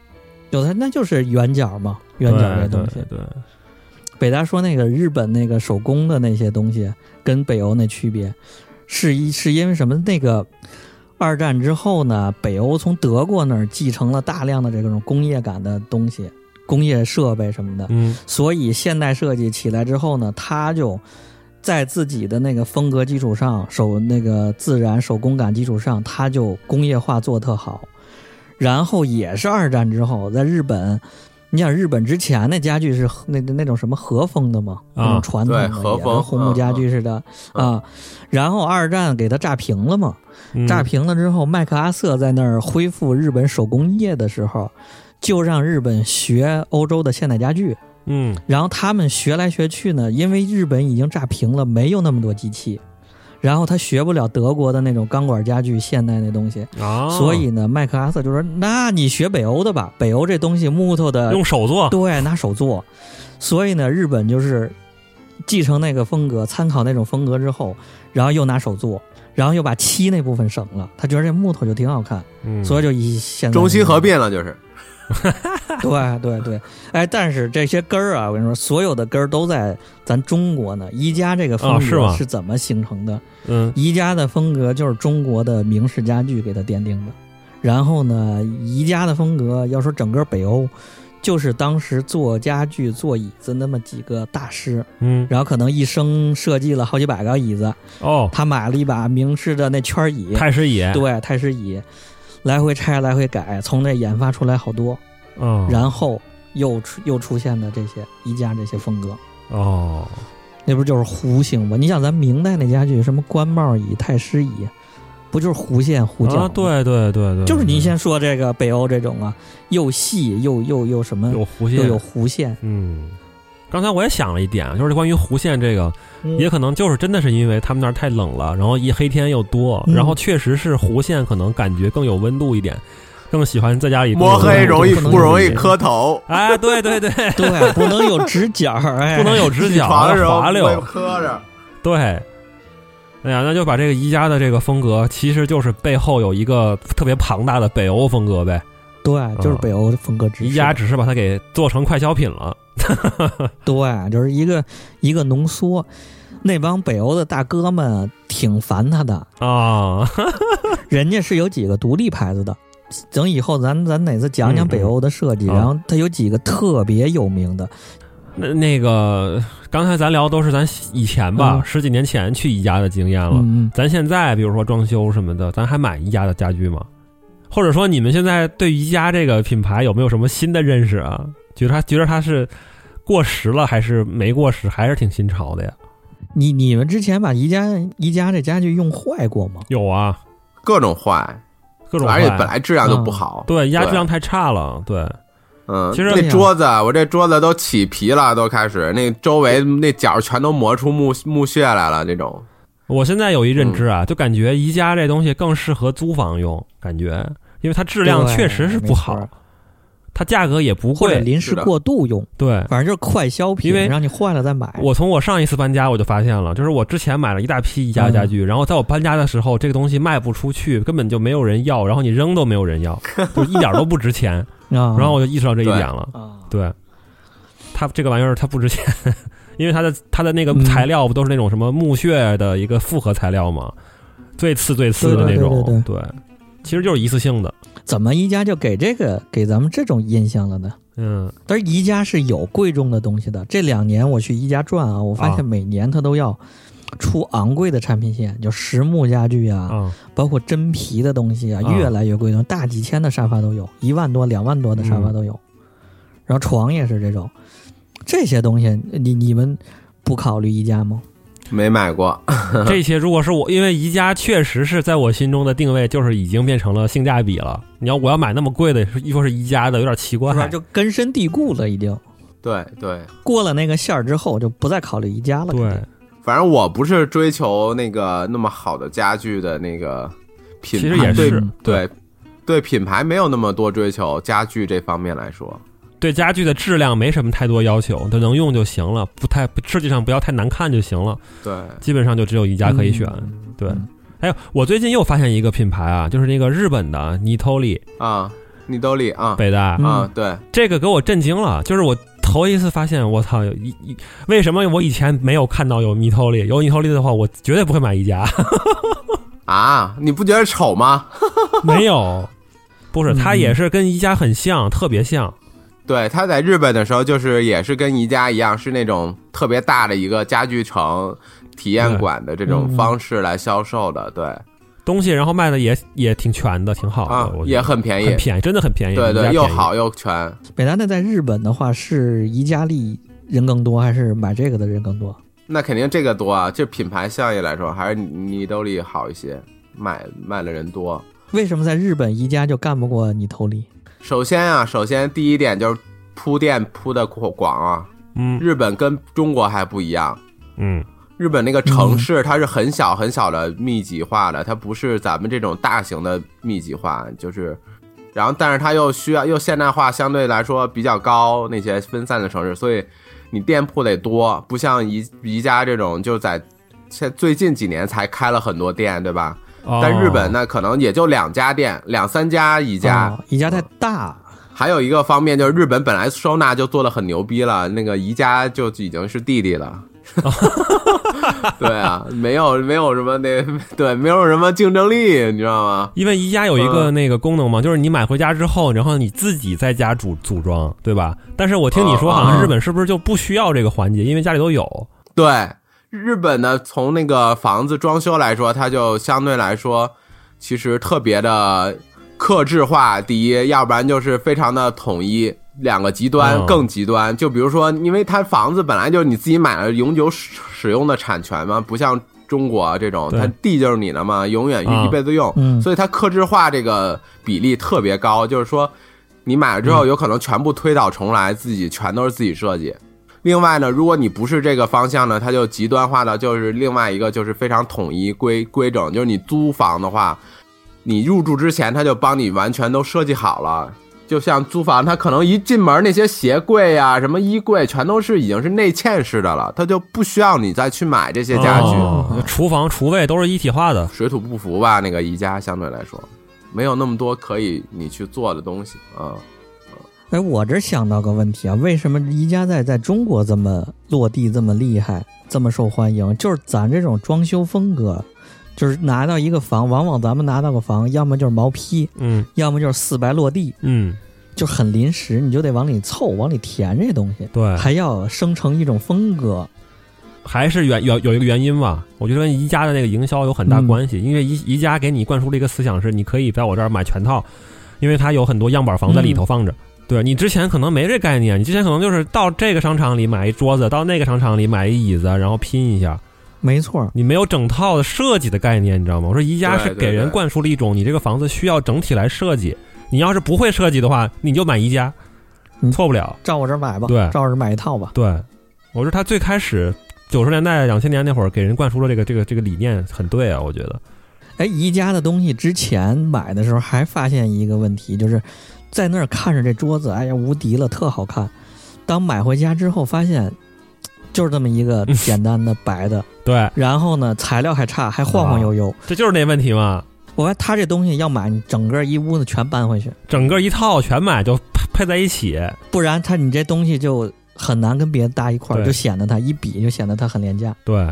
Speaker 1: 有的那就是圆角嘛，圆角这东西
Speaker 2: 对。对对
Speaker 1: 北大说那个日本那个手工的那些东西跟北欧那区别，是一是因为什么？那个二战之后呢，北欧从德国那儿继承了大量的这种工业感的东西、工业设备什么的，
Speaker 2: 嗯
Speaker 1: 所以现代设计起来之后呢，它就在自己的那个风格基础上，手那个自然手工感基础上，它就工业化做得特好。然后也是二战之后，在日本，你想日本之前那家具是和那那种什么和风的嘛，
Speaker 2: 啊
Speaker 1: 那种传统的
Speaker 3: 对和
Speaker 1: 也
Speaker 3: 风
Speaker 1: 跟红木家具似的啊、
Speaker 3: 嗯
Speaker 1: 然后二战给它炸平了嘛，
Speaker 2: 嗯
Speaker 1: 炸平了之后，麦克阿瑟在那儿恢复日本手工业的时候，就让日本学欧洲的现代家具。
Speaker 2: 嗯
Speaker 1: 然后他们学来学去呢，因为日本已经炸平了，没有那么多机器，然后他学不了德国的那种钢管家具现代那东西，
Speaker 2: 啊，
Speaker 1: 所以呢，麦克阿瑟就说：“那你学北欧的吧，北欧这东西木头的，
Speaker 2: 用手做
Speaker 1: 对，拿手做。”所以呢，日本就是继承那个风格，参考那种风格之后，然后又拿手做，然后又把漆那部分省了，他觉得这木头就挺好看，
Speaker 2: 嗯
Speaker 1: 所以就以现在
Speaker 3: 中西
Speaker 1: 那个
Speaker 3: 合并了，就是
Speaker 1: 对对对，哎，但是这些根儿啊，我跟你说，所有的根儿都在咱中国呢。宜家这个风
Speaker 2: 啊是
Speaker 1: 格
Speaker 2: 吗
Speaker 1: 是怎么形成的？
Speaker 2: 嗯
Speaker 1: 宜家的风格就是中国的明式家具给它奠定的。然后呢，宜家的风格要说整个北欧，就是当时做家具、做椅子那么几个大师，
Speaker 2: 嗯
Speaker 1: 然后可能一生设计了好几百个椅子，
Speaker 2: 哦，
Speaker 1: 他买了一把明式的那圈儿椅，
Speaker 2: 太师椅
Speaker 1: 对，太师椅，来回拆，来回改，从这研发出来好多。
Speaker 2: 嗯
Speaker 1: 然后又出又出现的这些宜家这些风格，
Speaker 2: 哦
Speaker 1: 那不就是弧形吗？你想咱明代那家具，什么官帽椅、太师椅，不就是弧线弧角、
Speaker 2: 啊，，对对对对，
Speaker 1: 就是您
Speaker 2: 对
Speaker 1: 先说这个北欧这种啊，又细又又又什么，
Speaker 2: 有
Speaker 1: 又
Speaker 2: 弧线
Speaker 1: 有弧线，
Speaker 2: 嗯。刚才我也想了一点，就是关于弧线这个，也 *laughs* 可能就是真的是因为他们那儿太冷了，然后一黑天又多，
Speaker 1: 嗯
Speaker 2: 然后确实是弧线可能感觉更有温度一点，更喜欢在家里
Speaker 3: 摸黑容易
Speaker 1: 不能
Speaker 3: 不容易
Speaker 1: 理解
Speaker 3: 磕头。
Speaker 2: 哎，对
Speaker 3: *laughs*
Speaker 2: 对对，
Speaker 1: 对，不能有直角，哎，
Speaker 2: 不能有直
Speaker 3: 起
Speaker 2: *laughs* 角
Speaker 3: 床的时候
Speaker 2: 滑
Speaker 3: 不会
Speaker 2: 溜，
Speaker 3: 磕着。
Speaker 2: 对。哎呀，那就把这个宜家的这个风格，其实就是背后有一个特别庞大的北欧风格呗。
Speaker 1: 对，就是北欧风格直
Speaker 2: 宜家只是把它给做成快消品了。
Speaker 1: 对，就是一个一个浓缩。那帮北欧的大哥们挺烦他的，
Speaker 2: 啊，
Speaker 1: 人家是有几个独立牌子的。等以后咱咱哪次讲讲
Speaker 2: 嗯嗯
Speaker 1: 北欧的设计，
Speaker 2: 好
Speaker 1: 然后它有几个特别有名的，
Speaker 2: 那那个刚才咱聊都是咱以前吧，
Speaker 1: 嗯
Speaker 2: 十几年前去宜家的经验了。
Speaker 1: 嗯嗯，
Speaker 2: 咱现在比如说装修什么的，咱还买宜家的家具吗？或者说你们现在对宜家这个品牌有没有什么新的认识啊？觉得它觉得它是过时了，还是没过时，还是挺新潮的呀？
Speaker 1: 你你们之前把宜家宜家这家具用坏过吗？
Speaker 2: 有啊，
Speaker 3: 各种坏，
Speaker 2: 各种
Speaker 3: 而且
Speaker 2: 坏嗯
Speaker 3: 本来质量就不好。
Speaker 2: 对宜家
Speaker 3: 对
Speaker 2: 质量太差了，对，
Speaker 3: 嗯，
Speaker 2: 其实
Speaker 3: 那桌子，我这桌子都起皮了，都开始那周围那角全都磨出木木屑来了，这种。
Speaker 2: 我现在有一认知
Speaker 3: 嗯
Speaker 2: 啊，就感觉宜家这东西更适合租房用，感觉，因为它质量
Speaker 1: 对
Speaker 2: 确实是不好
Speaker 1: 没错。
Speaker 2: 它价格也不
Speaker 1: 或者哎
Speaker 2: 会
Speaker 1: 临时
Speaker 3: 是的
Speaker 1: 过度用，
Speaker 2: 对。
Speaker 1: 反正就是快消品，
Speaker 2: 因为
Speaker 1: 让你坏了再买。
Speaker 2: 我从我上一次搬家我就发现了，就是我之前买了一大批宜家
Speaker 1: 嗯
Speaker 2: 家具，然后在我搬家的时候，这个东西卖不出去，根本就没有人要，然后你扔都没有人要，
Speaker 1: *laughs*
Speaker 2: 就一点都不值钱。
Speaker 1: 啊，
Speaker 2: *laughs* 然后我就意识到这一点了，
Speaker 1: 啊，
Speaker 2: 对，它这个玩意儿它不值钱， *laughs* 因为它的它的那个
Speaker 1: 嗯
Speaker 2: 材料不都是那种什么木屑的一个复合材料吗？最次最次的
Speaker 1: 对
Speaker 2: 那种，
Speaker 1: 对对
Speaker 2: 其实就是一次性的，
Speaker 1: 怎么宜家就给这个给咱们这种印象了呢？
Speaker 2: 嗯，
Speaker 1: 但是宜家是有贵重的东西的。这两年我去宜家转啊，我发
Speaker 2: 啊
Speaker 1: 现每年它都要出昂贵的产品线，就实木家具啊，
Speaker 2: 啊，
Speaker 1: 包括真皮的东西啊，
Speaker 2: 啊
Speaker 1: 越来越贵重，大几千的沙发都有，一万多、两万多
Speaker 2: 嗯
Speaker 1: 的沙发都有。然后床也是这种，这些东西你你们不考虑宜家吗？
Speaker 3: 没买过， *laughs*
Speaker 2: 这些如果是我，因为宜家确实是在我心中的定位就是已经变成了性价比了。你要我要买那么贵的，一说是宜家的，有点奇怪
Speaker 1: 是。吧？就根深蒂固了，已经
Speaker 3: 对对，
Speaker 1: 过了那个线儿之后，就不再考虑宜家了。
Speaker 2: 对，
Speaker 3: 反正我不是追求那个那么好的家具的那个
Speaker 2: 其
Speaker 3: 品牌，
Speaker 2: 实
Speaker 1: 啊
Speaker 2: 也
Speaker 3: 对
Speaker 2: 是
Speaker 3: 对对品牌没有那么多追求，家具这方面来说，
Speaker 2: 对家具的质量没什么太多要求，就能用就行了，不太设计上不要太难看就行了。
Speaker 3: 对，
Speaker 2: 基本上就只有宜家可以选。
Speaker 1: 嗯
Speaker 2: 对，还有我最近又发现一个品牌啊，就是那个日本的 Nitori
Speaker 3: 啊，你兜里啊
Speaker 2: 北大，
Speaker 1: 嗯
Speaker 3: 啊，对，
Speaker 2: 这个给我震惊了，就是我头一次发现，我操，一一为什么我以前没有看到有 Nitori，有 Nitori 的话，我绝对不会买宜家，
Speaker 3: 啊，你不觉得丑吗？
Speaker 2: 没有，不是，
Speaker 1: 嗯
Speaker 2: 它也是跟宜家很像，特别像，
Speaker 3: 对，他在日本的时候，就是也是跟宜家一样，是那种特别大的一个家具城、体验馆的这种
Speaker 1: 嗯
Speaker 3: 方式来销售的，对
Speaker 2: 东西然后卖的也也挺全的，挺好的，
Speaker 3: 啊
Speaker 2: 我，觉
Speaker 3: 也
Speaker 2: 得
Speaker 3: 很便宜
Speaker 2: 很，便宜，真的很便宜，
Speaker 3: 对
Speaker 2: 宜家
Speaker 3: 对，又
Speaker 2: 便宜，
Speaker 3: 好又全。
Speaker 1: 北大那在日本的话，是宜家利人更多，还是买这个的人更多？
Speaker 3: 那肯定这个多啊，这品牌效益来说，还是你你兜里好一些，买买的人多。
Speaker 1: 为什么在日本宜家就干不过你头利？
Speaker 3: 首先啊，首先第一点就是铺垫铺的广啊，
Speaker 2: 嗯
Speaker 3: 日本跟中国还不一样，
Speaker 2: 嗯，
Speaker 3: 日本那个城市它是很小很小的密集化的，它不是咱们这种大型的密集化，就是，然后但是它又需要又现代化，相对来说比较高那些分散的城市，所以你店铺得多，不像宜宜家这种就在现最近几年才开了很多店，对吧？
Speaker 2: 哦
Speaker 3: 但日本呢，可能也就两家店，两三家宜家，
Speaker 1: 哦宜家太大，
Speaker 3: 还有一个方面就是，日本本来收纳就做的很牛逼了，那个宜家就已经是弟弟了。 *laughs* 对啊，没有没有什么那对，没有什么竞争力，你知道吗？
Speaker 2: 因为宜家有一
Speaker 3: 嗯
Speaker 2: 个那个功能嘛，就是你买回家之后，然后你自己在家组组装，对吧？但是我听你说，
Speaker 3: 啊
Speaker 2: 好像
Speaker 3: 啊
Speaker 2: 日本是不是就不需要这个环节，因为家里都有
Speaker 3: 对，日本呢，从那个房子装修来说，它就相对来说其实特别的克制化，第一，要不然就是非常的统一。两个极端
Speaker 2: 嗯
Speaker 3: 更极端，就比如说，因为它房子本来就是你自己买了永久使使用的产权嘛，不像中国啊这种，
Speaker 2: 对
Speaker 3: 它地就是你的嘛，永远
Speaker 2: 嗯
Speaker 3: 一一辈子用，
Speaker 1: 嗯
Speaker 3: 所以它克制化这个比例特别高，就是说你买了之后有可能全部推倒重来，自己全都是自己设计。另外呢，如果你不是这个方向呢，它就极端化到就是另外一个就是非常统一规规整，就是你租房的话，你入住之前他就帮你完全都设计好了。就像租房，它可能一进门那些鞋柜啊、什么衣柜，全都是已经是内嵌式的了，它就不需要你再去买这些家具。
Speaker 2: 哦厨房、厨卫都是一体化的。
Speaker 3: 水土不服吧，那个宜家相对来说，没有那么多可以你去做的东西啊、
Speaker 1: 哎，我这想到个问题啊，为什么宜家在在中国这么落地、这么厉害、这么受欢迎？就是咱这种装修风格，就是拿到一个房，往往咱们拿到个房，要么就是毛坯，
Speaker 2: 嗯
Speaker 1: 要么就是四白落地，
Speaker 2: 嗯，
Speaker 1: 就很临时，你就得往里凑、往里填这东西，
Speaker 2: 对，
Speaker 1: 还要生成一种风格。
Speaker 2: 还是原有有一个原因吧，我觉得跟宜家的那个营销有很大
Speaker 1: 嗯
Speaker 2: 关系，因为宜宜家给你灌输了一个思想是，你可以在我这儿买全套，因为它有很多样板房在里头放
Speaker 1: 嗯
Speaker 2: 着。对你之前可能没这概念，你之前可能就是到这个商场里买一桌子，到那个商场里买一椅子，然后拼一下，
Speaker 1: 没错儿，
Speaker 2: 你没有整套的设计的概念，你知道吗？我说宜家
Speaker 3: 对
Speaker 2: 是给
Speaker 3: 对
Speaker 2: 人
Speaker 3: 对
Speaker 2: 灌输了一种你这个房子需要整体来设计，你要是不会设计的话，你就买宜家，
Speaker 1: 嗯
Speaker 2: 错不了。
Speaker 1: 照我这儿买吧，
Speaker 2: 对
Speaker 1: 照我这儿买一套吧。
Speaker 2: 对，我说他最开始九十年代、两千年那会儿给人灌输了这个这个这个理念很对啊，我觉得。
Speaker 1: 哎，宜家的东西之前买的时候还发现一个问题，就是在那儿看着这桌子，哎呀无敌了，特好看。当买回家之后，发现就是这么一个简单的白的，
Speaker 2: 对，
Speaker 1: 然后呢材料还差，还晃晃悠悠。
Speaker 2: 这就是那问题嘛。
Speaker 1: 我看他这东西要买，你整个一屋子全搬回去，
Speaker 2: 整个一套全买就配配在一起，
Speaker 1: 不然他你这东西就很难跟别的搭一块儿，
Speaker 2: 对
Speaker 1: 就显得它一比就显得它很廉价。
Speaker 2: 对。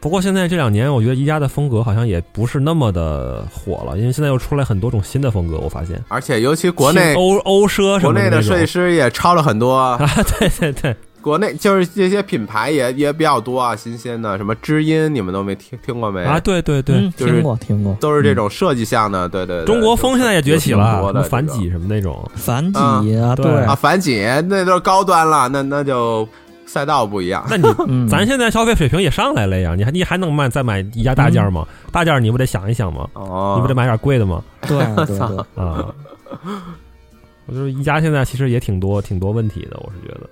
Speaker 2: 不过现在这两年，我觉得宜家的风格好像也不是那么的火了，因为现在又出来很多种新的风格，我发现。
Speaker 3: 而且尤其国
Speaker 2: 新
Speaker 3: 内
Speaker 2: 欧欧奢什
Speaker 3: 国
Speaker 2: 么
Speaker 3: 内
Speaker 2: 的
Speaker 3: 的设计
Speaker 2: 那种
Speaker 3: 师也抄了很多，
Speaker 2: 啊，对对对，
Speaker 3: 国内就是这些品牌也也比较多啊，新鲜的什么知音，你们都没听听过没？
Speaker 2: 啊，对对对，
Speaker 1: 嗯，
Speaker 3: 就是
Speaker 1: 听过听过。嗯
Speaker 3: 都是这种设计向的，对对对。
Speaker 2: 中国风现在也崛起了，
Speaker 3: 有
Speaker 2: 什
Speaker 3: 挺
Speaker 2: 么
Speaker 3: 多的
Speaker 2: 反
Speaker 3: 这种
Speaker 2: 几什么那种，
Speaker 1: 反几
Speaker 2: 嗯
Speaker 1: 啊，
Speaker 2: 对
Speaker 3: 啊，反几那都是高端了，那那就赛道不一样。
Speaker 2: 那你
Speaker 1: 嗯，
Speaker 2: 咱现在消费水平也上来了呀，你还你还能卖再买宜家大件儿吗？
Speaker 1: 嗯
Speaker 2: 大件儿你不得想一想吗？
Speaker 3: 哦，
Speaker 1: 啊
Speaker 2: 你不得买点贵的吗？
Speaker 1: 对对对， *laughs*
Speaker 2: 啊，我就是宜家现在其实也挺多挺多问题的，我是觉得，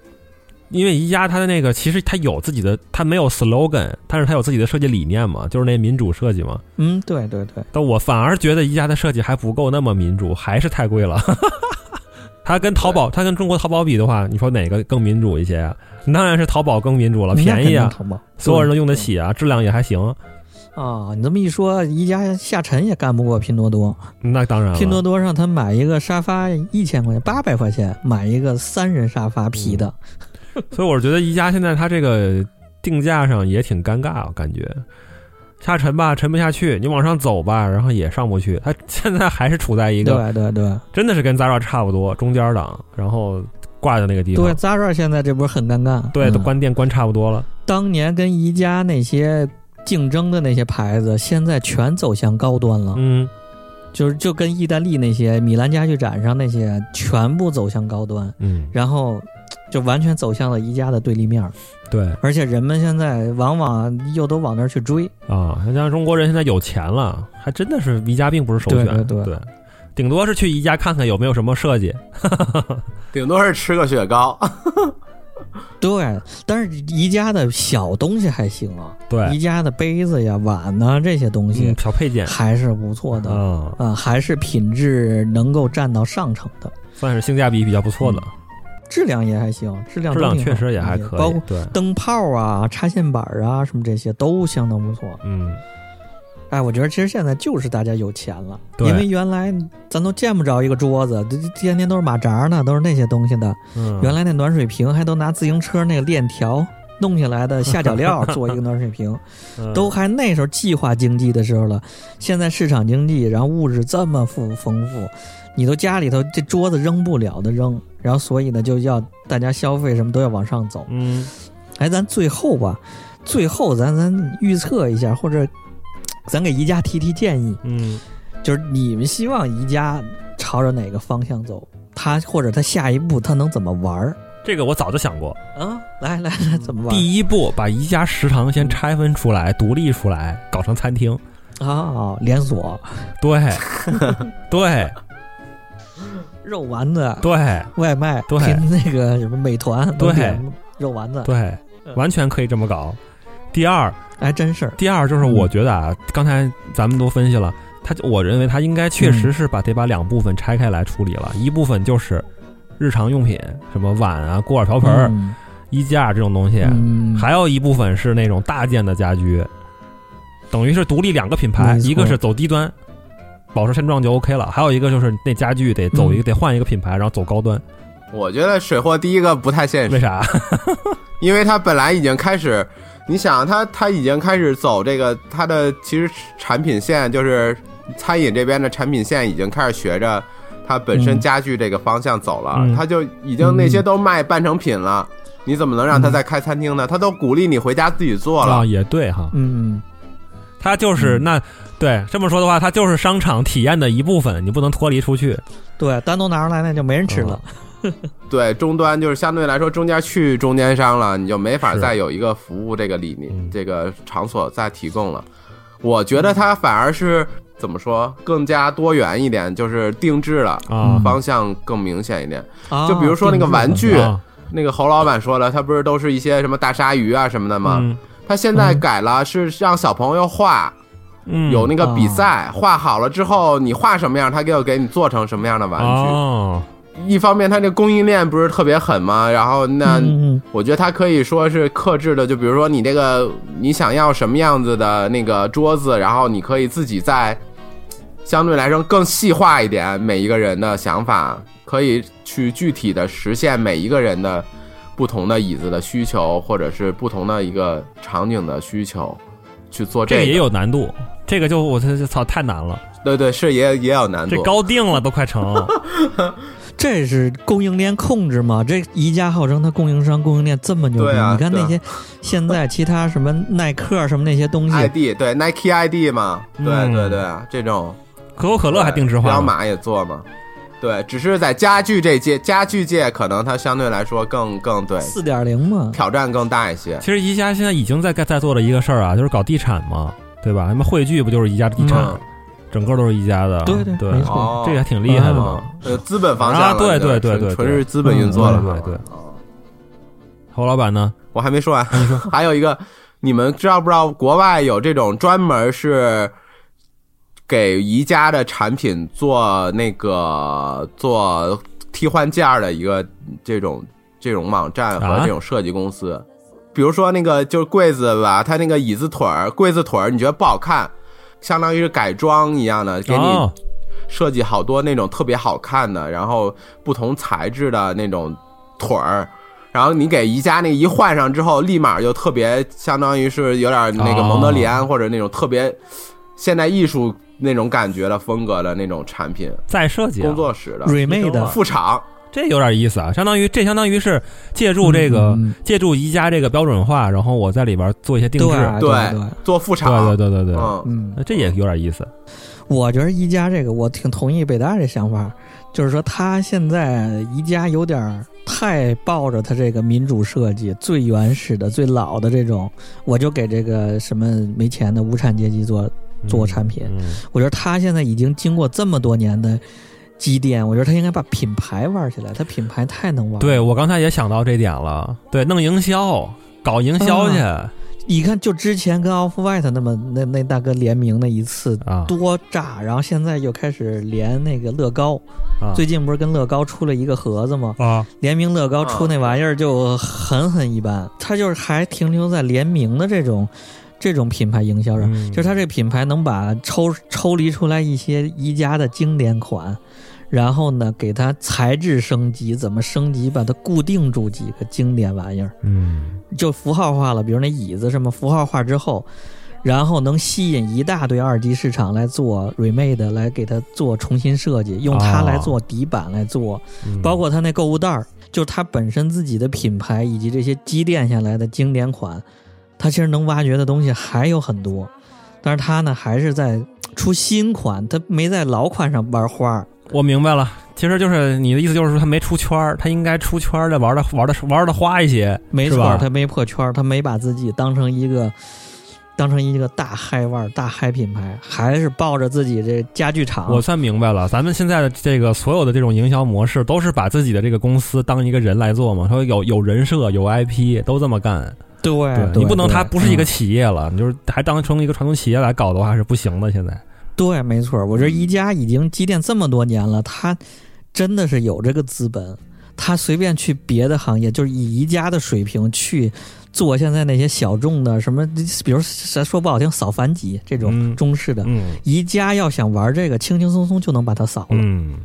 Speaker 2: 因为宜家它的那个其实它有自己的，它没有 slogan，但是它有自己的设计理念嘛，就是那民主设计嘛。
Speaker 1: 嗯，对对对，
Speaker 2: 但我反而觉得宜家的设计还不够那么民主，还是太贵了。 *laughs* 它跟淘宝，它跟中国淘宝比的话，你说哪个更民主一些呀、那当然是淘宝更民主了，便宜
Speaker 1: 那肯定
Speaker 2: 啊，
Speaker 1: 淘宝
Speaker 2: 所有人都用得起啊，质量也还行。
Speaker 1: 啊。你这么一说，宜家下沉也干不过拼多多。
Speaker 2: 那当然
Speaker 1: 嗯
Speaker 2: 了，
Speaker 1: 拼多多上他买一个沙发一千块钱，八百块钱买一个三人沙发皮的，
Speaker 2: 嗯所以我是觉得宜家现在它这个定价上也挺尴尬，我感觉下沉吧，沉不下去；你往上走吧，然后也上不去。它 *laughs* 现在还是处在一个
Speaker 1: 对对对
Speaker 2: 真的是跟 Zara 差不多中间档，然后挂在那个地
Speaker 1: 对
Speaker 2: 方。
Speaker 1: ，Zara 现在这不是很尴尬？
Speaker 2: 对，
Speaker 1: 嗯
Speaker 2: 都关店关差不多了。
Speaker 1: 当年跟宜家那些竞争的那些牌子，现在全走向高端了，
Speaker 2: 嗯，
Speaker 1: 就是就跟意大利那些米兰家具展上那些全部走向高端，
Speaker 2: 嗯，
Speaker 1: 然后就完全走向了宜家的对立面儿，
Speaker 2: 对
Speaker 1: 而且人们现在往往又都往那儿去追，
Speaker 2: 啊，再加上中国人现在有钱了，还真的是宜家并不是首选，
Speaker 1: 对对对
Speaker 2: 顶多是去宜家看看有没有什么设计。
Speaker 3: 顶多是吃个雪糕， *laughs*
Speaker 1: 对，但是宜家的小东西还行啊，
Speaker 2: 对，
Speaker 1: 宜家的杯子呀、碗呐、这些东西
Speaker 2: 嗯，小配件
Speaker 1: 还是不错的。
Speaker 2: 啊，
Speaker 1: 啊，还是品质能够占到上乘的，
Speaker 2: 算是性价比比较不错的，
Speaker 1: 嗯质量也还行，质量
Speaker 2: 质
Speaker 1: 都
Speaker 2: 量
Speaker 1: 挺
Speaker 2: 确
Speaker 1: 好
Speaker 2: 实也还可
Speaker 1: 嗯包
Speaker 2: 以
Speaker 1: 括。
Speaker 2: 对，
Speaker 1: 灯泡啊、插线板啊什么这些都相当不错。
Speaker 2: 嗯。
Speaker 1: 哎，我觉得其实现在就是大家有钱了，
Speaker 2: 对
Speaker 1: 因为原来咱都见不着一个桌子，这这天天都是马扎呢，都是那些东西的。
Speaker 2: 嗯，
Speaker 1: 原来那暖水瓶还都拿自行车那个链条弄下来的下脚料做一个暖水瓶，
Speaker 2: 嗯
Speaker 1: 都还那时候计划经济的时候了。现在市场经济，然后物质这么富丰富，你都家里头这桌子扔不了的扔，然后所以呢就要大家消费什么都要往上走。
Speaker 2: 嗯，
Speaker 1: 哎，咱最后吧，最后咱咱预测一下，或者咱给宜家提提建议，
Speaker 2: 嗯，
Speaker 1: 就是你们希望宜家朝着哪个方向走？他或者他下一步他能怎么玩儿
Speaker 2: 这个我早就想过。
Speaker 1: 啊？来来来，怎么玩儿？
Speaker 2: 第一步，把宜家食堂先拆分出来，独立出来，搞成餐厅。
Speaker 1: 啊，连锁 *laughs*
Speaker 2: 对，对，
Speaker 1: 肉丸子、
Speaker 2: 对，
Speaker 1: 外卖，
Speaker 2: 对
Speaker 1: 跟那个什么美团，能
Speaker 2: 对
Speaker 1: 点肉丸子，
Speaker 2: 对，
Speaker 1: 嗯
Speaker 2: 完全可以这么搞。第二，
Speaker 1: 还真事儿。
Speaker 2: 第二
Speaker 1: 嗯
Speaker 2: 就是我觉得啊，刚才咱们都分析了，他我认为他应该确
Speaker 1: 嗯
Speaker 2: 实是把得把两部分拆开来处理了，一部分就是日常用品，什么碗啊、锅碗瓢盆、儿、
Speaker 1: 嗯
Speaker 2: 衣架这种东西，
Speaker 1: 嗯，
Speaker 2: 还有一部分是那种大件的家居，等于是独立两个品牌，
Speaker 1: 没错
Speaker 2: 一个是走低端，保持现状就 OK 了，还有一个就是那家具得走一个、得换一个品牌，然后走高端，
Speaker 3: 我觉得水货第一个不太现实
Speaker 2: 为，啥？
Speaker 3: 因为它本来已经开始，你想它它已经开始走这个它的其实产品线就是餐饮这边的产品线已经开始学着它本身
Speaker 1: 嗯
Speaker 3: 家具这个方向走了，
Speaker 2: 嗯
Speaker 3: 它就已经那些都卖半成品了，你怎么能让它再开餐厅呢？它都鼓励你回家自己做了
Speaker 2: 啊，。也对哈，
Speaker 1: 嗯，
Speaker 2: 它就是、
Speaker 1: 嗯
Speaker 2: 那对这么说的话，它就是商场体验的一部分，你不能脱离出去。
Speaker 1: 对，单独拿出来那就没人吃
Speaker 2: 哦
Speaker 1: 了。
Speaker 3: 对，终端就是相对来说中间去中间商了，你就没法
Speaker 2: 是
Speaker 3: 再有一个服务这个理念、
Speaker 2: 嗯
Speaker 3: 这个场所再提供了。我觉得它反而是怎么说，更加多元一点，就是定制了。
Speaker 2: 啊
Speaker 1: 嗯
Speaker 3: 方向更明显一点，
Speaker 1: 啊
Speaker 3: 就比如说那个玩具，
Speaker 2: 啊
Speaker 3: 那个侯老板说了，他不是都是一些什么大鲨鱼啊什么的吗？
Speaker 2: 嗯
Speaker 3: 他现在
Speaker 1: 嗯
Speaker 3: 改了，是让小朋友画，
Speaker 2: 嗯
Speaker 3: 有那个比赛，画好了之后你画什么样，他就给你做成什么样的玩具。
Speaker 2: 哦，
Speaker 3: 一方面，它这供应链不是特别狠吗？然后那
Speaker 1: 嗯嗯
Speaker 3: 我觉得它可以说是克制的，就比如说你这个你想要什么样子的那个桌子，然后你可以自己再相对来说更细化一点每一个人的想法，可以去具体的实现每一个人的不同的椅子的需求，或者是不同的一个场景的需求。去做
Speaker 2: 这
Speaker 3: 个
Speaker 2: 个也有难度，这个就我操操太难了，
Speaker 3: 对对是也也有难
Speaker 2: 这
Speaker 3: 度，
Speaker 2: 高定了都快成，
Speaker 1: 这是供应链控制吗？这宜家号称它供应商供应链这么牛逼，
Speaker 3: 对啊
Speaker 1: 你看
Speaker 3: 对
Speaker 1: 那
Speaker 3: 啊
Speaker 1: 些现在其他什么耐克什么那些东西，
Speaker 3: ID 对 Nike ID 嘛，对
Speaker 2: 嗯
Speaker 3: 对对，这种
Speaker 2: 可口可乐还定制
Speaker 3: 对
Speaker 2: 化
Speaker 3: 彪
Speaker 2: 呢，
Speaker 3: 马也做嘛。对，只是在家具这界，家具界可能它相对来说更更对
Speaker 1: 四点零嘛，
Speaker 3: 挑战更大一些。
Speaker 2: 其实宜家现在已经在干在做的一个事儿啊，就是搞地产嘛，对吧？他们汇聚不就是宜家地产，
Speaker 3: 嗯
Speaker 2: 整个都是宜家的，
Speaker 1: 对对
Speaker 2: 对，
Speaker 1: 没错
Speaker 3: 哦，
Speaker 2: 这个还挺厉害的嘛。
Speaker 3: 嗯呃，资本方向
Speaker 2: 啊
Speaker 3: 了
Speaker 2: 对对对
Speaker 3: 这纯
Speaker 2: 对
Speaker 3: 纯
Speaker 2: 对
Speaker 3: 是资本运作了。
Speaker 2: 嗯对对对
Speaker 3: 哦
Speaker 2: 侯老板呢？
Speaker 3: 我还没说完， *laughs* 还有一个，你们知道不知道国外有这种专门是给宜家的产品做那个做替换件儿的一个这种这种网站和
Speaker 2: 啊
Speaker 3: 这种设计公司？比如说那个就是柜子吧，它那个椅子腿儿、柜子腿儿，你觉得不好看，相当于是改装一样的，给你
Speaker 2: 哦，
Speaker 3: 设计好多那种特别好看的，然后不同材质的那种腿儿，然后你给宜家那个一换上之后，立马就特别相当于是有点那个
Speaker 2: 哦
Speaker 3: 蒙德里安或者那种特别现代艺术那种感觉的风格的那种产品，
Speaker 2: 再设计、啊
Speaker 3: 工、作室的
Speaker 1: remade 的
Speaker 3: 副厂，
Speaker 2: 这有点意思啊，相当于这相当于是借助这个、
Speaker 1: 嗯
Speaker 2: 借助宜家这个标准化，然后我在里边做一些定
Speaker 1: 对
Speaker 2: 制，
Speaker 1: 对
Speaker 3: 对
Speaker 1: 对，
Speaker 3: 做副厂，
Speaker 2: 对对对对对，
Speaker 3: 嗯，
Speaker 1: 嗯
Speaker 2: 那、，这也有点意思。
Speaker 1: 我觉得宜家这个我挺同意北大这想法，就是说他现在宜家有点儿太抱着他这个民主设计最原始的、最老的这种，我就给这个什么没钱的无产阶级做
Speaker 2: 嗯
Speaker 1: 做产品。
Speaker 2: 嗯
Speaker 1: 我觉得他现在已经经过这么多年的积淀，我觉得他应该把品牌玩起来，他品牌太能玩。，
Speaker 2: 对我刚才也想到这点了，对，弄营销，搞营销去啊
Speaker 1: 你看就之前跟 Off White 那么那那大哥联名那一次
Speaker 2: 啊！
Speaker 1: 多炸，然后现在又开始连那个乐高，最近不是跟乐高出了一个盒子吗？
Speaker 2: 啊，
Speaker 1: 联名乐高出那玩意儿就很很一般，它就是还停留在联名的这种这种品牌营销上，
Speaker 2: 嗯
Speaker 1: 就是它这品牌能把抽抽离出来一些宜家的经典款，然后呢给它材质升级，怎么升级把它固定住几个经典玩意儿，
Speaker 2: 嗯
Speaker 1: 就符号化了，比如那椅子什么符号化之后。然后能吸引一大堆二级市场来做 remade，来给它做重新设计，用它来
Speaker 2: 哦
Speaker 1: 做底板来做，
Speaker 2: 嗯
Speaker 1: 包括它那购物袋儿，就是它本身自己的品牌以及这些积淀下来的经典款，它其实能挖掘的东西还有很多，但是它呢还是在出新款，它没在老款上玩花儿。
Speaker 2: 我明白了，其实就是你的意思就是说他没出圈儿，他应该出圈儿的玩的玩的玩的花一些，
Speaker 1: 没
Speaker 2: 是
Speaker 1: 错
Speaker 2: 吧
Speaker 1: 儿，它没破圈儿，它没把自己当成一个当成一个大嗨腕儿、大嗨品牌，还是抱着自己这家具厂。
Speaker 2: 我算明白了，咱们现在的这个所有的这种营销模式，都是把自己的这个公司当一个人来做嘛。说有有人设，有 IP，都这么干。
Speaker 1: 对
Speaker 2: 你不能
Speaker 1: 对
Speaker 2: 它不是一
Speaker 1: 嗯
Speaker 2: 个企业了，你就是还当成一个传统企业来搞的话是不行的。现在，
Speaker 1: 对，没错儿，我觉
Speaker 2: 嗯
Speaker 1: 得宜家已经积淀这么多年了，他真的是有这个资本。他随便去别的行业，就是以宜家的水平去做现在那些小众的什么，比如咱说不好听，扫凡几这种
Speaker 2: 嗯
Speaker 1: 中式的。
Speaker 2: 嗯
Speaker 1: 宜家要想玩这个，轻轻松松就能把它扫了，
Speaker 2: 嗯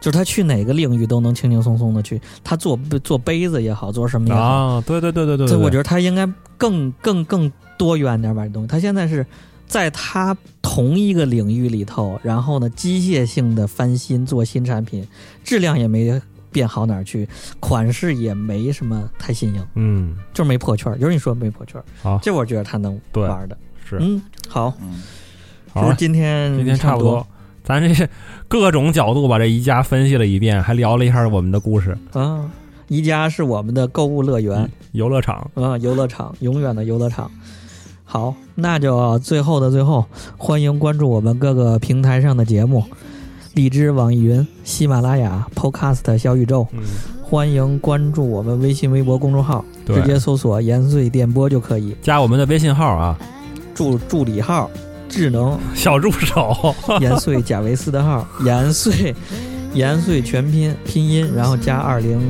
Speaker 1: 就是他去哪个领域都能轻轻松松的去。他做做杯子也好，做什么也好，
Speaker 2: 啊，对对对对对，
Speaker 1: 这我觉得
Speaker 2: 得
Speaker 1: 他应该更更更多元点吧，这东西。他现在是在他同一个领域里头，然后呢，机械性的翻新做新产品，质量也没变好哪儿去，款式也没什么太新颖，
Speaker 2: 嗯
Speaker 1: 就是没破圈儿，就是你说没破圈儿。
Speaker 2: 好
Speaker 1: 这我觉得他能
Speaker 2: 对
Speaker 1: 玩的。
Speaker 2: 是
Speaker 1: 嗯，好，
Speaker 4: 嗯，
Speaker 1: 是
Speaker 2: 好
Speaker 1: 不
Speaker 2: 了
Speaker 1: 是，今天
Speaker 2: 今天差
Speaker 1: 不
Speaker 2: 不多。咱这是各种角度把这宜家分析了一遍，还聊了一下我们的故事，
Speaker 1: 啊？宜家是我们的购物乐园。
Speaker 2: 游乐场。
Speaker 1: 啊，游乐场，永远的游乐场。好，那就最后的最后，欢迎关注我们各个平台上的节目，荔枝、网易云、喜马拉雅、Podcast、小宇宙。
Speaker 2: 嗯，
Speaker 1: 欢迎关注我们微信、微博公众号，直接
Speaker 2: 对，
Speaker 1: 搜索“延绥电波”就可以。
Speaker 2: 加我们的微信号啊，
Speaker 1: 助助理号智能、
Speaker 2: 小助手，
Speaker 1: 延岁贾维斯的号， *laughs* 延岁，延岁全拼拼音，然后加二零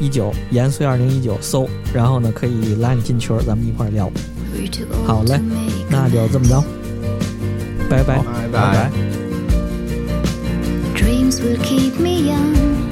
Speaker 1: 一九，延岁二零一九搜，然后呢可以拉你进群儿，咱们一块儿聊。好
Speaker 4: 好
Speaker 1: 嘞
Speaker 4: 嘞，
Speaker 1: 那
Speaker 4: 那
Speaker 1: 就
Speaker 4: 就
Speaker 1: 这
Speaker 4: 这
Speaker 1: 么
Speaker 4: 么
Speaker 1: 着
Speaker 4: 着。，
Speaker 1: 拜拜。拜
Speaker 3: 拜
Speaker 1: 拜
Speaker 4: Dreams will keep me young.